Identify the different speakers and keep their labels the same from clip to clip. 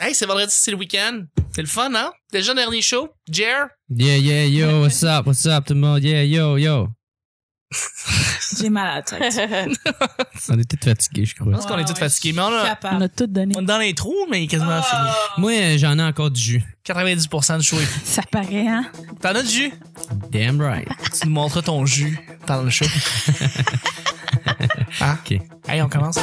Speaker 1: Hey, c'est vendredi, c'est le week-end. C'est le fun, hein? Déjà, dernier show. Jer?
Speaker 2: Yeah, yeah, yo, what's up, what's up tout le monde? Yeah, yo, yo.
Speaker 3: J'ai mal à la tête.
Speaker 2: On est tous fatigués, je
Speaker 1: Je
Speaker 2: crois.
Speaker 1: pense qu'on est
Speaker 3: Ouais,
Speaker 1: tous
Speaker 3: ouais, Ah.
Speaker 1: fatigués, mais on
Speaker 3: Je suis
Speaker 1: a,
Speaker 3: capable.
Speaker 4: On a tout donné.
Speaker 1: on est dans les trous, mais quasiment fini.
Speaker 2: Moi, euh, j'en ai encore du jus.
Speaker 1: 90% de show est fini.
Speaker 4: Ça paraît, hein?
Speaker 1: T'en as du jus?
Speaker 2: Damn right.
Speaker 1: Tu nous montres ton jus pendant le show. ah,
Speaker 2: OK.
Speaker 1: Hey, on commence.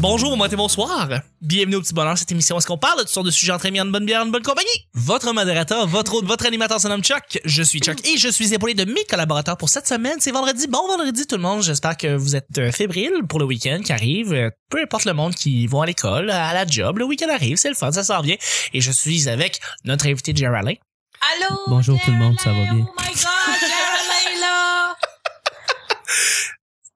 Speaker 1: Bonjour, bon matin, bonsoir. Bienvenue au petit bonheur. Cette émission, où est-ce qu'on parle de toutes sortes de sujets entre amis, en bonne bière, en bonne compagnie? Votre modérateur, votre hôte, votre animateur se nomme Chuck. Je suis Chuck et je suis épaulé de mes collaborateurs pour cette semaine. C'est vendredi. Bon vendredi, tout le monde. J'espère que vous êtes euh, fébriles pour le week-end qui arrive. Euh, Peu importe le monde qui vont à l'école, à la job, le week-end arrive, c'est le fun, ça s'en vient. Et je suis avec notre invité Geraldine.
Speaker 3: Allô?
Speaker 2: Bonjour tout le monde, ça va
Speaker 3: Geraldine?
Speaker 2: bien?
Speaker 3: Oh my god, Geraldine, là!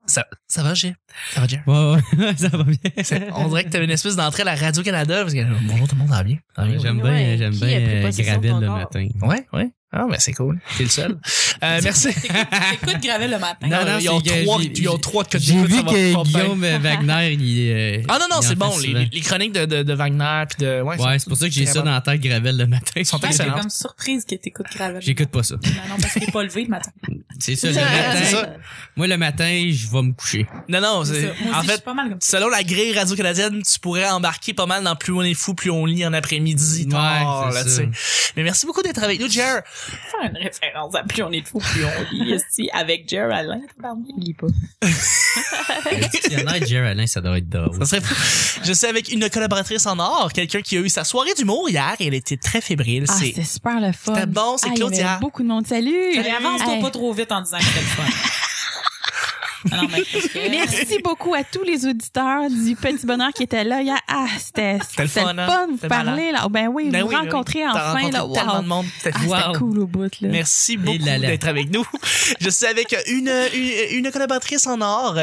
Speaker 1: Ça, ça va, Gilles? Ça va, Jer?
Speaker 2: Ouais, ouais, ça va
Speaker 1: C'est-
Speaker 2: bien.
Speaker 1: On dirait que t'avais une espèce d'entrée à la Radio-Canada parce que euh, bonjour tout le monde, ça va bien? Ça va bien?
Speaker 2: Ah, J'aime bien,
Speaker 4: Ouais,
Speaker 2: j'aime
Speaker 4: qui a pris
Speaker 2: bien euh,
Speaker 4: possession de
Speaker 2: Gravel
Speaker 4: ton
Speaker 2: le
Speaker 4: corps?
Speaker 2: matin.
Speaker 1: Ouais, ouais. Ah, ben c'est cool. T'es le seul. Euh, merci.
Speaker 3: T'écoutes Gravel le matin.
Speaker 2: Non, non,
Speaker 1: ils ont
Speaker 2: c'est que
Speaker 1: trois,
Speaker 2: j'ai-
Speaker 1: ils ont trois codes
Speaker 2: J'ai
Speaker 1: d'écoute,
Speaker 2: vu
Speaker 1: ça va pas
Speaker 2: que
Speaker 1: bien.
Speaker 2: Guillaume euh, Wagner, il est.
Speaker 1: Ah non, non, c'est bon. Les, les chroniques de, de, de Wagner puis de. Ouais,
Speaker 2: Ouais, c'est pour ça que j'ai ça dans la tête, Gravel le matin.
Speaker 1: Ils sont
Speaker 3: Ah, J'étais
Speaker 1: excellents.
Speaker 3: comme surprise que t'écoutes Gravel.
Speaker 2: J'écoute pas ça.
Speaker 3: Non, non, parce qu'il est pas levé le matin.
Speaker 2: C'est ça, le
Speaker 1: C'est
Speaker 2: matin.
Speaker 1: ça.
Speaker 2: Moi, le matin, je vais me coucher.
Speaker 1: Non, non,
Speaker 3: C'est
Speaker 1: c'est.
Speaker 3: ça. Moi
Speaker 1: En
Speaker 3: aussi, je suis
Speaker 1: fait,
Speaker 3: pas mal comme ça.
Speaker 1: selon la grille radio-canadienne, tu pourrais embarquer pas mal dans plus on est fou, plus on lit en après-midi.
Speaker 2: Ouais,
Speaker 1: tard,
Speaker 2: c'est
Speaker 1: là, tu
Speaker 2: ça.
Speaker 1: sais. Mais merci beaucoup d'être avec nous, Jer.
Speaker 3: Faire une référence à plus on est de fou, plus on lit ici avec Geraldine. Pardon, Il lit pas.
Speaker 2: Le dictionnaire de Jer Alain, ça doit être drôle.
Speaker 1: Ça serait fou. Je suis avec une collaboratrice en or, quelqu'un qui a eu sa soirée d'humour hier et elle était très fébrile.
Speaker 4: Ah,
Speaker 1: c'est
Speaker 4: c'était super le fun.
Speaker 1: C'était bon, c'est
Speaker 4: Ah, il y
Speaker 1: Claudia.
Speaker 4: avait beaucoup de monde. Salut!
Speaker 3: Allez, avance-toi
Speaker 4: Hey,
Speaker 3: pas trop vite en disant que c'était le fun. Alors, mais parce que-
Speaker 4: Merci beaucoup à tous les auditeurs du Petit Bonheur qui étaient là hier. Ah, c'était
Speaker 1: le
Speaker 4: c'était
Speaker 1: fun,
Speaker 4: le
Speaker 1: hein?
Speaker 4: fun de vous
Speaker 1: C'était malade.
Speaker 4: parler. Là. Ben oui,
Speaker 1: Ben oui, ben
Speaker 4: vous
Speaker 1: oui.
Speaker 4: rencontrer
Speaker 1: T'as
Speaker 4: enfin.
Speaker 1: rencontré
Speaker 4: Là. Wow.
Speaker 1: tellement de monde. C'était
Speaker 4: Ah, c'était
Speaker 1: wow.
Speaker 4: cool au bout. Là.
Speaker 1: Merci beaucoup
Speaker 2: là là.
Speaker 1: d'être avec nous. Je suis avec une, une, une collaboratrice en or.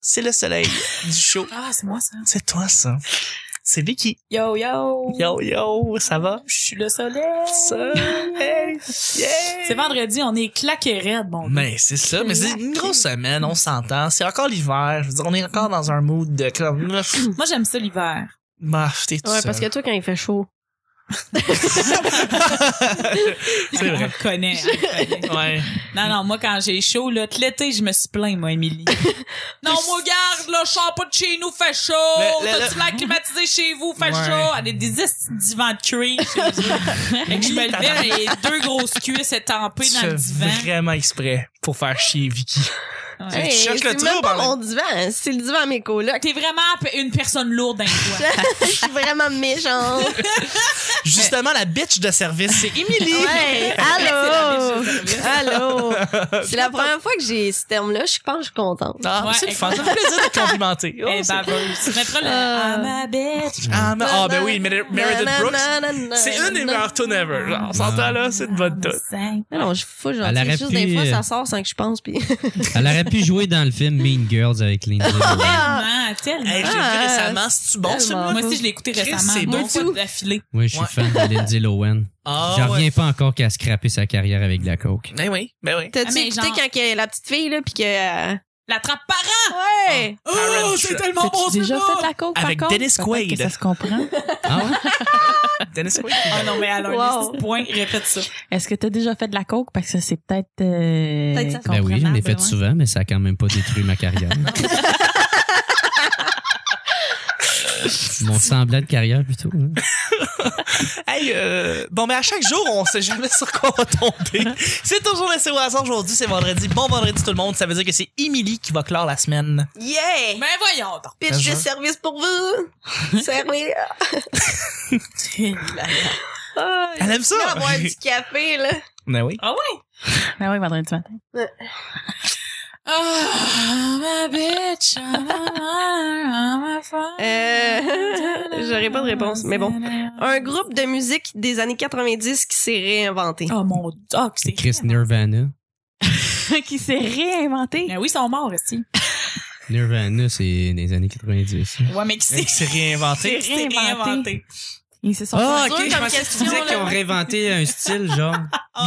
Speaker 1: C'est le soleil du show.
Speaker 3: Ah, c'est moi, ça.
Speaker 1: C'est toi, ça. C'est Vicky.
Speaker 3: Yo, yo.
Speaker 1: Yo, yo, ça va?
Speaker 3: Je suis le soleil.
Speaker 1: Soleil.
Speaker 3: C'est vendredi, on est claqué raide, bon. gars.
Speaker 1: Mais Ben, c'est ça, mais c'est une grosse semaine, on s'entend. C'est encore l'hiver. Je veux dire, on est encore dans un mood de comme.
Speaker 3: Moi, j'aime ça l'hiver.
Speaker 1: Bah, t'es tout
Speaker 5: Ouais,
Speaker 1: seul.
Speaker 5: parce que toi, quand il fait chaud,
Speaker 1: C'est
Speaker 3: On
Speaker 1: vrai.
Speaker 3: le connaît. on le connaît.
Speaker 1: Ouais.
Speaker 3: Non, non, moi, quand j'ai chaud, là, tout l'été, je me suis plaint, moi, Émilie. non, moi, garde, là, je sors pas de chez nous, fait chaud.
Speaker 1: Le- le-
Speaker 3: T'as-tu l'air climatisé chez vous, fait
Speaker 1: Ouais.
Speaker 3: chaud. Elle a des estis de divan de cuir chez nous. Fait que je me levais, les deux grosses cuisses étampées
Speaker 1: Tu
Speaker 3: dans le
Speaker 1: fais
Speaker 3: divan.
Speaker 1: vraiment exprès pour faire chier Vicky.
Speaker 3: Ouais.
Speaker 1: Hey, cherches le
Speaker 5: c'est
Speaker 1: trou,
Speaker 5: même pas
Speaker 1: par là.
Speaker 5: mon divan, hein, c'est le divan à mes colocs.
Speaker 3: T'es vraiment une personne lourde d'un doigt.
Speaker 5: Je suis vraiment méchante.
Speaker 1: Justement, la bitch de service, c'est Émilie.
Speaker 5: Ouais, allô. Allô. C'est la première fois que j'ai ce terme-là, je pense que je suis contente.
Speaker 1: Ah,
Speaker 3: Ouais,
Speaker 1: c'est le fun. Ça fait plaisir de te complimenter. Oh,
Speaker 3: Elle est
Speaker 1: c'est-
Speaker 3: baveuse. Tu mettras le
Speaker 5: Euh.
Speaker 3: Ah, ma bitch.
Speaker 1: ah, mais- ah, ben oui, Mer- Meredith Brooks. C'est une des meilleures tunes ever. Genre, On s'entend là, c'est une bonne tune.
Speaker 3: Cinq.
Speaker 5: Non, non, je suis fou, genre,
Speaker 2: Elle aurait
Speaker 5: c'est juste
Speaker 2: pu,
Speaker 5: des fois,
Speaker 2: euh,
Speaker 5: ça sort sans que je pense, puis...
Speaker 2: Elle aurait pu jouer dans le film Mean Girls avec Lindsay. Lohan.
Speaker 5: Ah,
Speaker 3: Tellement, tellement.
Speaker 1: Hey, j'ai vu
Speaker 5: Ah,
Speaker 1: récemment, c'est-tu bon celui-là?
Speaker 5: tellement.
Speaker 3: Moi aussi, je l'ai écouté
Speaker 1: Chris,
Speaker 3: récemment.
Speaker 1: c'est
Speaker 3: Deux
Speaker 1: bon,
Speaker 3: fois
Speaker 5: tout.
Speaker 3: d'affilée.
Speaker 2: Oui, je suis
Speaker 1: Ouais.
Speaker 2: fan de Lindsay Lohan.
Speaker 1: Ah,
Speaker 2: J'en
Speaker 1: ouais.
Speaker 2: reviens pas encore qu'elle a scrappé sa carrière avec de la coke.
Speaker 1: Ben oui, ben oui.
Speaker 3: Ah,
Speaker 5: T'as-tu
Speaker 3: mais
Speaker 5: écouté
Speaker 3: genre-
Speaker 5: quand que la petite fille, là, puis que... Ah. euh,
Speaker 3: La trappe parent!
Speaker 5: Ouais!
Speaker 1: Parent Trap.
Speaker 3: Oh, tellement
Speaker 4: T'as-tu déjà fait la coke, par
Speaker 1: Avec
Speaker 4: contre?
Speaker 1: Dennis
Speaker 4: Peut-être que
Speaker 1: Quaid.
Speaker 4: Ça se comprend.
Speaker 2: Ah ouais?
Speaker 1: Dennis Quaid.
Speaker 3: Oh non, mais alors,
Speaker 5: Wow.
Speaker 3: wow. point, répète ça.
Speaker 4: Est-ce que t'as déjà fait de la coke? Parce que ça, c'est peut-être. euh,
Speaker 5: Peut-être ça se
Speaker 2: Ben oui, je l'ai
Speaker 4: comprenable,
Speaker 2: fait
Speaker 4: ouais.
Speaker 2: souvent, mais ça a quand même pas détruit ma carrière. Mon semblant de carrière plutôt. hein.
Speaker 1: Hey, euh, bon, mais à chaque jour, on sait jamais sur quoi on va tomber. C'est toujours laissé au hasard aujourd'hui, c'est vendredi. Bon vendredi tout le monde. Ça veut dire que c'est Émilie qui va clore la semaine.
Speaker 5: Yeah!
Speaker 3: Mais Ben, voyons donc.
Speaker 5: Pitch de service pour vous! Servez! Ah,
Speaker 1: Elle aime ça.
Speaker 5: je vais avoir du café, là.
Speaker 1: Ben oui.
Speaker 3: Ah ouais?
Speaker 4: Ben oui, vendredi matin.
Speaker 3: Ah, ma bitch, ah, ma mère, ah, ma femme.
Speaker 5: Euh, j'aurais pas de réponse, mais bon.
Speaker 3: Eh.
Speaker 5: Un groupe de musique des années 90 qui s'est réinventé.
Speaker 3: Oh mon dieu, oh, que c'est
Speaker 2: Chris Nirvana.
Speaker 4: qui s'est réinventé.
Speaker 3: Mais Ben oui, ils sont morts aussi.
Speaker 2: Nirvana, c'est des années 90. hein.
Speaker 3: Ouais, mais qui s'est
Speaker 1: C'est réinventé.
Speaker 3: qui s'est réinventé.
Speaker 4: Ils se sont
Speaker 1: Ah,
Speaker 4: fait-
Speaker 1: ok,
Speaker 5: Dur
Speaker 2: je
Speaker 5: comme
Speaker 2: pensais que tu
Speaker 5: question,
Speaker 2: disais
Speaker 5: là.
Speaker 2: qu'ils ont réinventé un style, genre.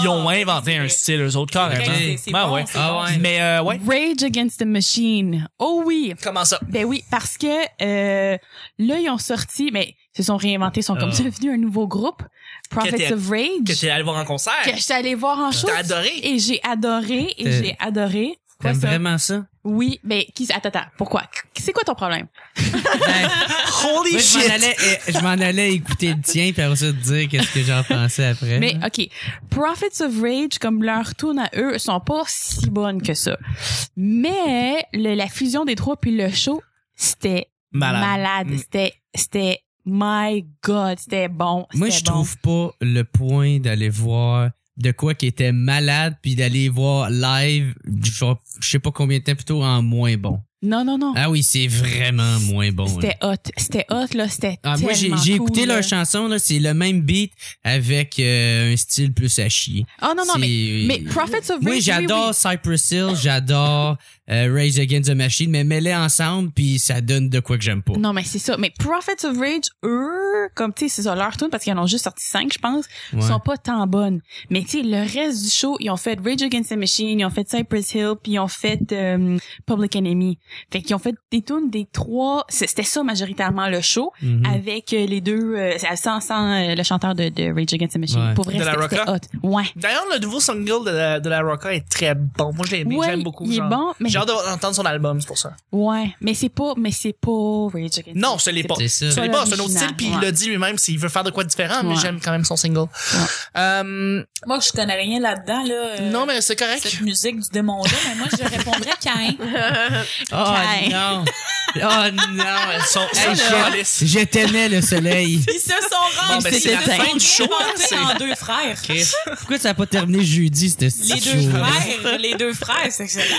Speaker 1: Ils ont inventé un
Speaker 3: style.
Speaker 1: style, eux autres,
Speaker 3: C'est
Speaker 1: carrément.
Speaker 3: vrai, c'est
Speaker 1: Ben
Speaker 3: bon,
Speaker 1: ouais.
Speaker 3: c'est
Speaker 2: Ah
Speaker 3: bon.
Speaker 2: ouais.
Speaker 1: Mais euh, ouais.
Speaker 4: Rage Against the Machine. Oh oui.
Speaker 1: Comment ça?
Speaker 4: Ben oui, parce que euh, là, ils ont sorti, mais ils se sont réinventés, ils sont comme
Speaker 2: Ah.
Speaker 4: devenus un nouveau groupe, Prophets
Speaker 1: t'es- Que
Speaker 4: of Rage,
Speaker 1: j'étais allé voir en concert.
Speaker 4: que j'étais allée voir en show.
Speaker 1: T'as adoré.
Speaker 4: Et j'ai adoré, et
Speaker 2: T'es-
Speaker 4: j'ai adoré. Quoi
Speaker 2: T'aimes
Speaker 4: ça?
Speaker 2: vraiment ça?
Speaker 4: Oui, mais qui... attends, attends, pourquoi? C'est quoi ton problème?
Speaker 2: Ben,
Speaker 1: Holy
Speaker 2: moi, je m'en
Speaker 1: shit!
Speaker 2: allais, eh, je m'en allais écouter le tien, puis après ça, te dire qu'est-ce que j'en pensais après.
Speaker 4: Mais OK, Prophets of Rage, comme leur tourne à eux, sont pas si bonnes que ça. Mais le- la fusion des trois puis le show, c'était malade.
Speaker 1: Mm.
Speaker 4: C'était, c'était my God, c'était bon.
Speaker 2: Moi,
Speaker 4: c'était
Speaker 2: je
Speaker 4: bon.
Speaker 2: trouve pas le point d'aller voir de quoi qui était malade, puis d'aller voir live, genre, je sais pas combien de temps plutôt, en moins bon.
Speaker 4: Non, non, non.
Speaker 2: Ah oui, c'est vraiment moins bon. là.
Speaker 4: C'était hot. C'était hot, là. C'était
Speaker 2: Ah, moi,
Speaker 4: tellement
Speaker 2: j'ai j'ai
Speaker 4: cool,
Speaker 2: écouté
Speaker 4: là.
Speaker 2: leur chanson, là, c'est le même beat avec euh, un style plus à chier.
Speaker 4: Oh non, non, mais,
Speaker 2: C'est-
Speaker 4: mais Prophets of Rage...
Speaker 2: Oui, j'adore Cypress Hill, j'adore euh, Rage Against the Machine, mais mets-les ensemble, puis ça donne de quoi que j'aime pas.
Speaker 4: Non, mais c'est ça. Mais Prophets of Rage, eux, comme tu sais, c'est ça leur tune parce qu'ils en ont juste sorti cinq, je pense,
Speaker 2: Ouais.
Speaker 4: sont pas tant bonnes. Mais tu sais, le reste du show, ils ont fait Rage Against the Machine, ils ont fait Cypress Hill, puis ils ont fait euh, Public Enemy. Fait qu'ils ont fait des tunes des trois. c'est- C'était ça majoritairement le show
Speaker 2: Mhm.
Speaker 4: avec euh, les deux, euh, sans, sans euh, le chanteur de, de Rage Against the Machine.
Speaker 2: Ouais.
Speaker 4: Pour vrai,
Speaker 1: De la
Speaker 4: c'était c'était
Speaker 1: Rocca?
Speaker 4: hot. Ouais.
Speaker 1: D'ailleurs, le nouveau single de la, de la Rocca est très bon. Moi, je l'ai aimé.
Speaker 4: Ouais,
Speaker 1: J'aime beaucoup.
Speaker 4: Il est
Speaker 1: genre.
Speaker 4: bon, mais
Speaker 1: J'ai hâte d'entendre son album, c'est pour ça.
Speaker 4: ouais, mais c'est pas, mais c'est pas Rage Against.
Speaker 1: Non,
Speaker 4: the
Speaker 1: ce n'est pas.
Speaker 2: C'est ça.
Speaker 1: Ce n'est pas, c'est un autre
Speaker 4: Original,
Speaker 1: style, puis il
Speaker 4: ouais.
Speaker 1: l'a dit lui-même s'il veut faire de quoi de différent, mais
Speaker 4: Ouais.
Speaker 1: j'aime quand même son single. Euh,
Speaker 3: Moi, je connais rien là-dedans, là. euh,
Speaker 1: non, mais c'est correct.
Speaker 3: Cette musique du démon-là, mais moi, je répondrais Cain.
Speaker 2: Oh
Speaker 4: Kai.
Speaker 2: non! Oh non!
Speaker 1: Son,
Speaker 2: Hey,
Speaker 1: son-
Speaker 2: je, je t'aimais le soleil.
Speaker 3: Ils se sont
Speaker 1: Bon,
Speaker 3: rendus.
Speaker 1: ben, c'est
Speaker 3: ils
Speaker 1: la
Speaker 3: se
Speaker 1: fin
Speaker 3: sont
Speaker 1: du show, hein,
Speaker 3: réinventés
Speaker 1: c'est-
Speaker 3: en deux frères.
Speaker 2: Chris, Pourquoi ça n'a pas terminé jeudi, c'était
Speaker 3: Les deux frères, les deux frères, c'est excellent.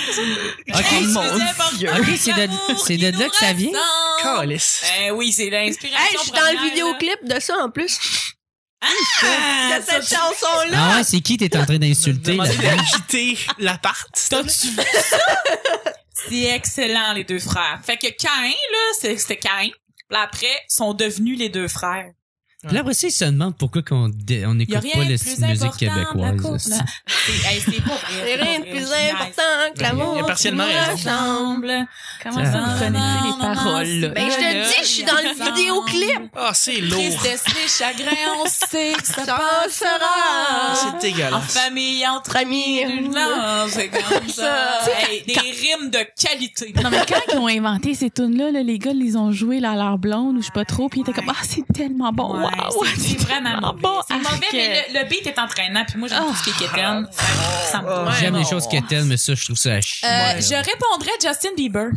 Speaker 2: Ok,
Speaker 3: Je
Speaker 2: mon
Speaker 3: faisais
Speaker 2: Dieu.
Speaker 3: porter
Speaker 2: Ok, Ah c'est de-
Speaker 3: l'amour
Speaker 2: c'est
Speaker 3: qui
Speaker 2: de là
Speaker 3: nous
Speaker 2: que ça vient?
Speaker 3: ressemble.
Speaker 1: Calice.
Speaker 3: Eh oui, c'est l'inspiration.
Speaker 5: Hey, je suis dans le
Speaker 3: première,
Speaker 5: vidéoclip de ça en plus.
Speaker 3: là.
Speaker 5: De cette chanson-là.
Speaker 2: Ah ouais, c'est qui t'es en train d'insulter? là?
Speaker 1: Demandez de quitter l'appart.
Speaker 3: T'as-tu vu ça? C'est excellent, les deux frères. Fait que Cain, là, c'est- c'était Cain. Là, après, sont devenus les deux frères.
Speaker 2: Puis Là, après ça, ils se demandent pourquoi qu'on dé- on
Speaker 3: Il y a
Speaker 2: n'écoute
Speaker 3: rien
Speaker 2: pas
Speaker 3: de
Speaker 2: la
Speaker 3: plus important
Speaker 2: musique
Speaker 3: que la couple.
Speaker 2: québécoise. là.
Speaker 3: C'est hey, c'est pas vrai.
Speaker 5: C'est
Speaker 3: pas
Speaker 5: rien de
Speaker 3: vrai,
Speaker 5: plus
Speaker 3: je niaise.
Speaker 5: important que
Speaker 1: Il y a
Speaker 5: l'amour.
Speaker 1: partiellement
Speaker 5: qui nous
Speaker 1: raison.
Speaker 5: ressemble.
Speaker 4: Comment ça, Ah, vous connaissez les paroles? là?
Speaker 5: Ben, je te le dis, je suis dans le vidéoclip.
Speaker 1: Ah, c'est lourd.
Speaker 3: Tristesse, les chagrins, on sait que ça
Speaker 5: Ça
Speaker 1: Ah,
Speaker 5: passera.
Speaker 1: C'est
Speaker 3: En
Speaker 1: dégueulasse.
Speaker 3: famille, entre
Speaker 5: Entre amis.
Speaker 3: amis, non, c'est comme ça.
Speaker 5: Ça.
Speaker 3: Hey, des rimes de qualité.
Speaker 4: Non, mais quand ils ont inventé ces tunes-là, là, les gars, ils les ont jouées là, à leur blonde ou je sais pas trop, puis ils étaient comme, ah, c'est tellement bon.
Speaker 3: Ouais,
Speaker 4: Wow!
Speaker 3: c'est- c'est vraiment
Speaker 4: tellement
Speaker 3: mauvais. c'est mauvais,
Speaker 4: Arc.
Speaker 3: mais le, le beat est entraînant, puis moi, j'aime tout ce qui est quétaine. Ça- ça me
Speaker 1: Oh.
Speaker 3: plaît.
Speaker 2: J'aime les
Speaker 1: non.
Speaker 2: choses qui t'aiment, mais ça, je trouve ça à chier.
Speaker 3: Euh,
Speaker 2: Ouais.
Speaker 3: Je répondrais Justin Bieber.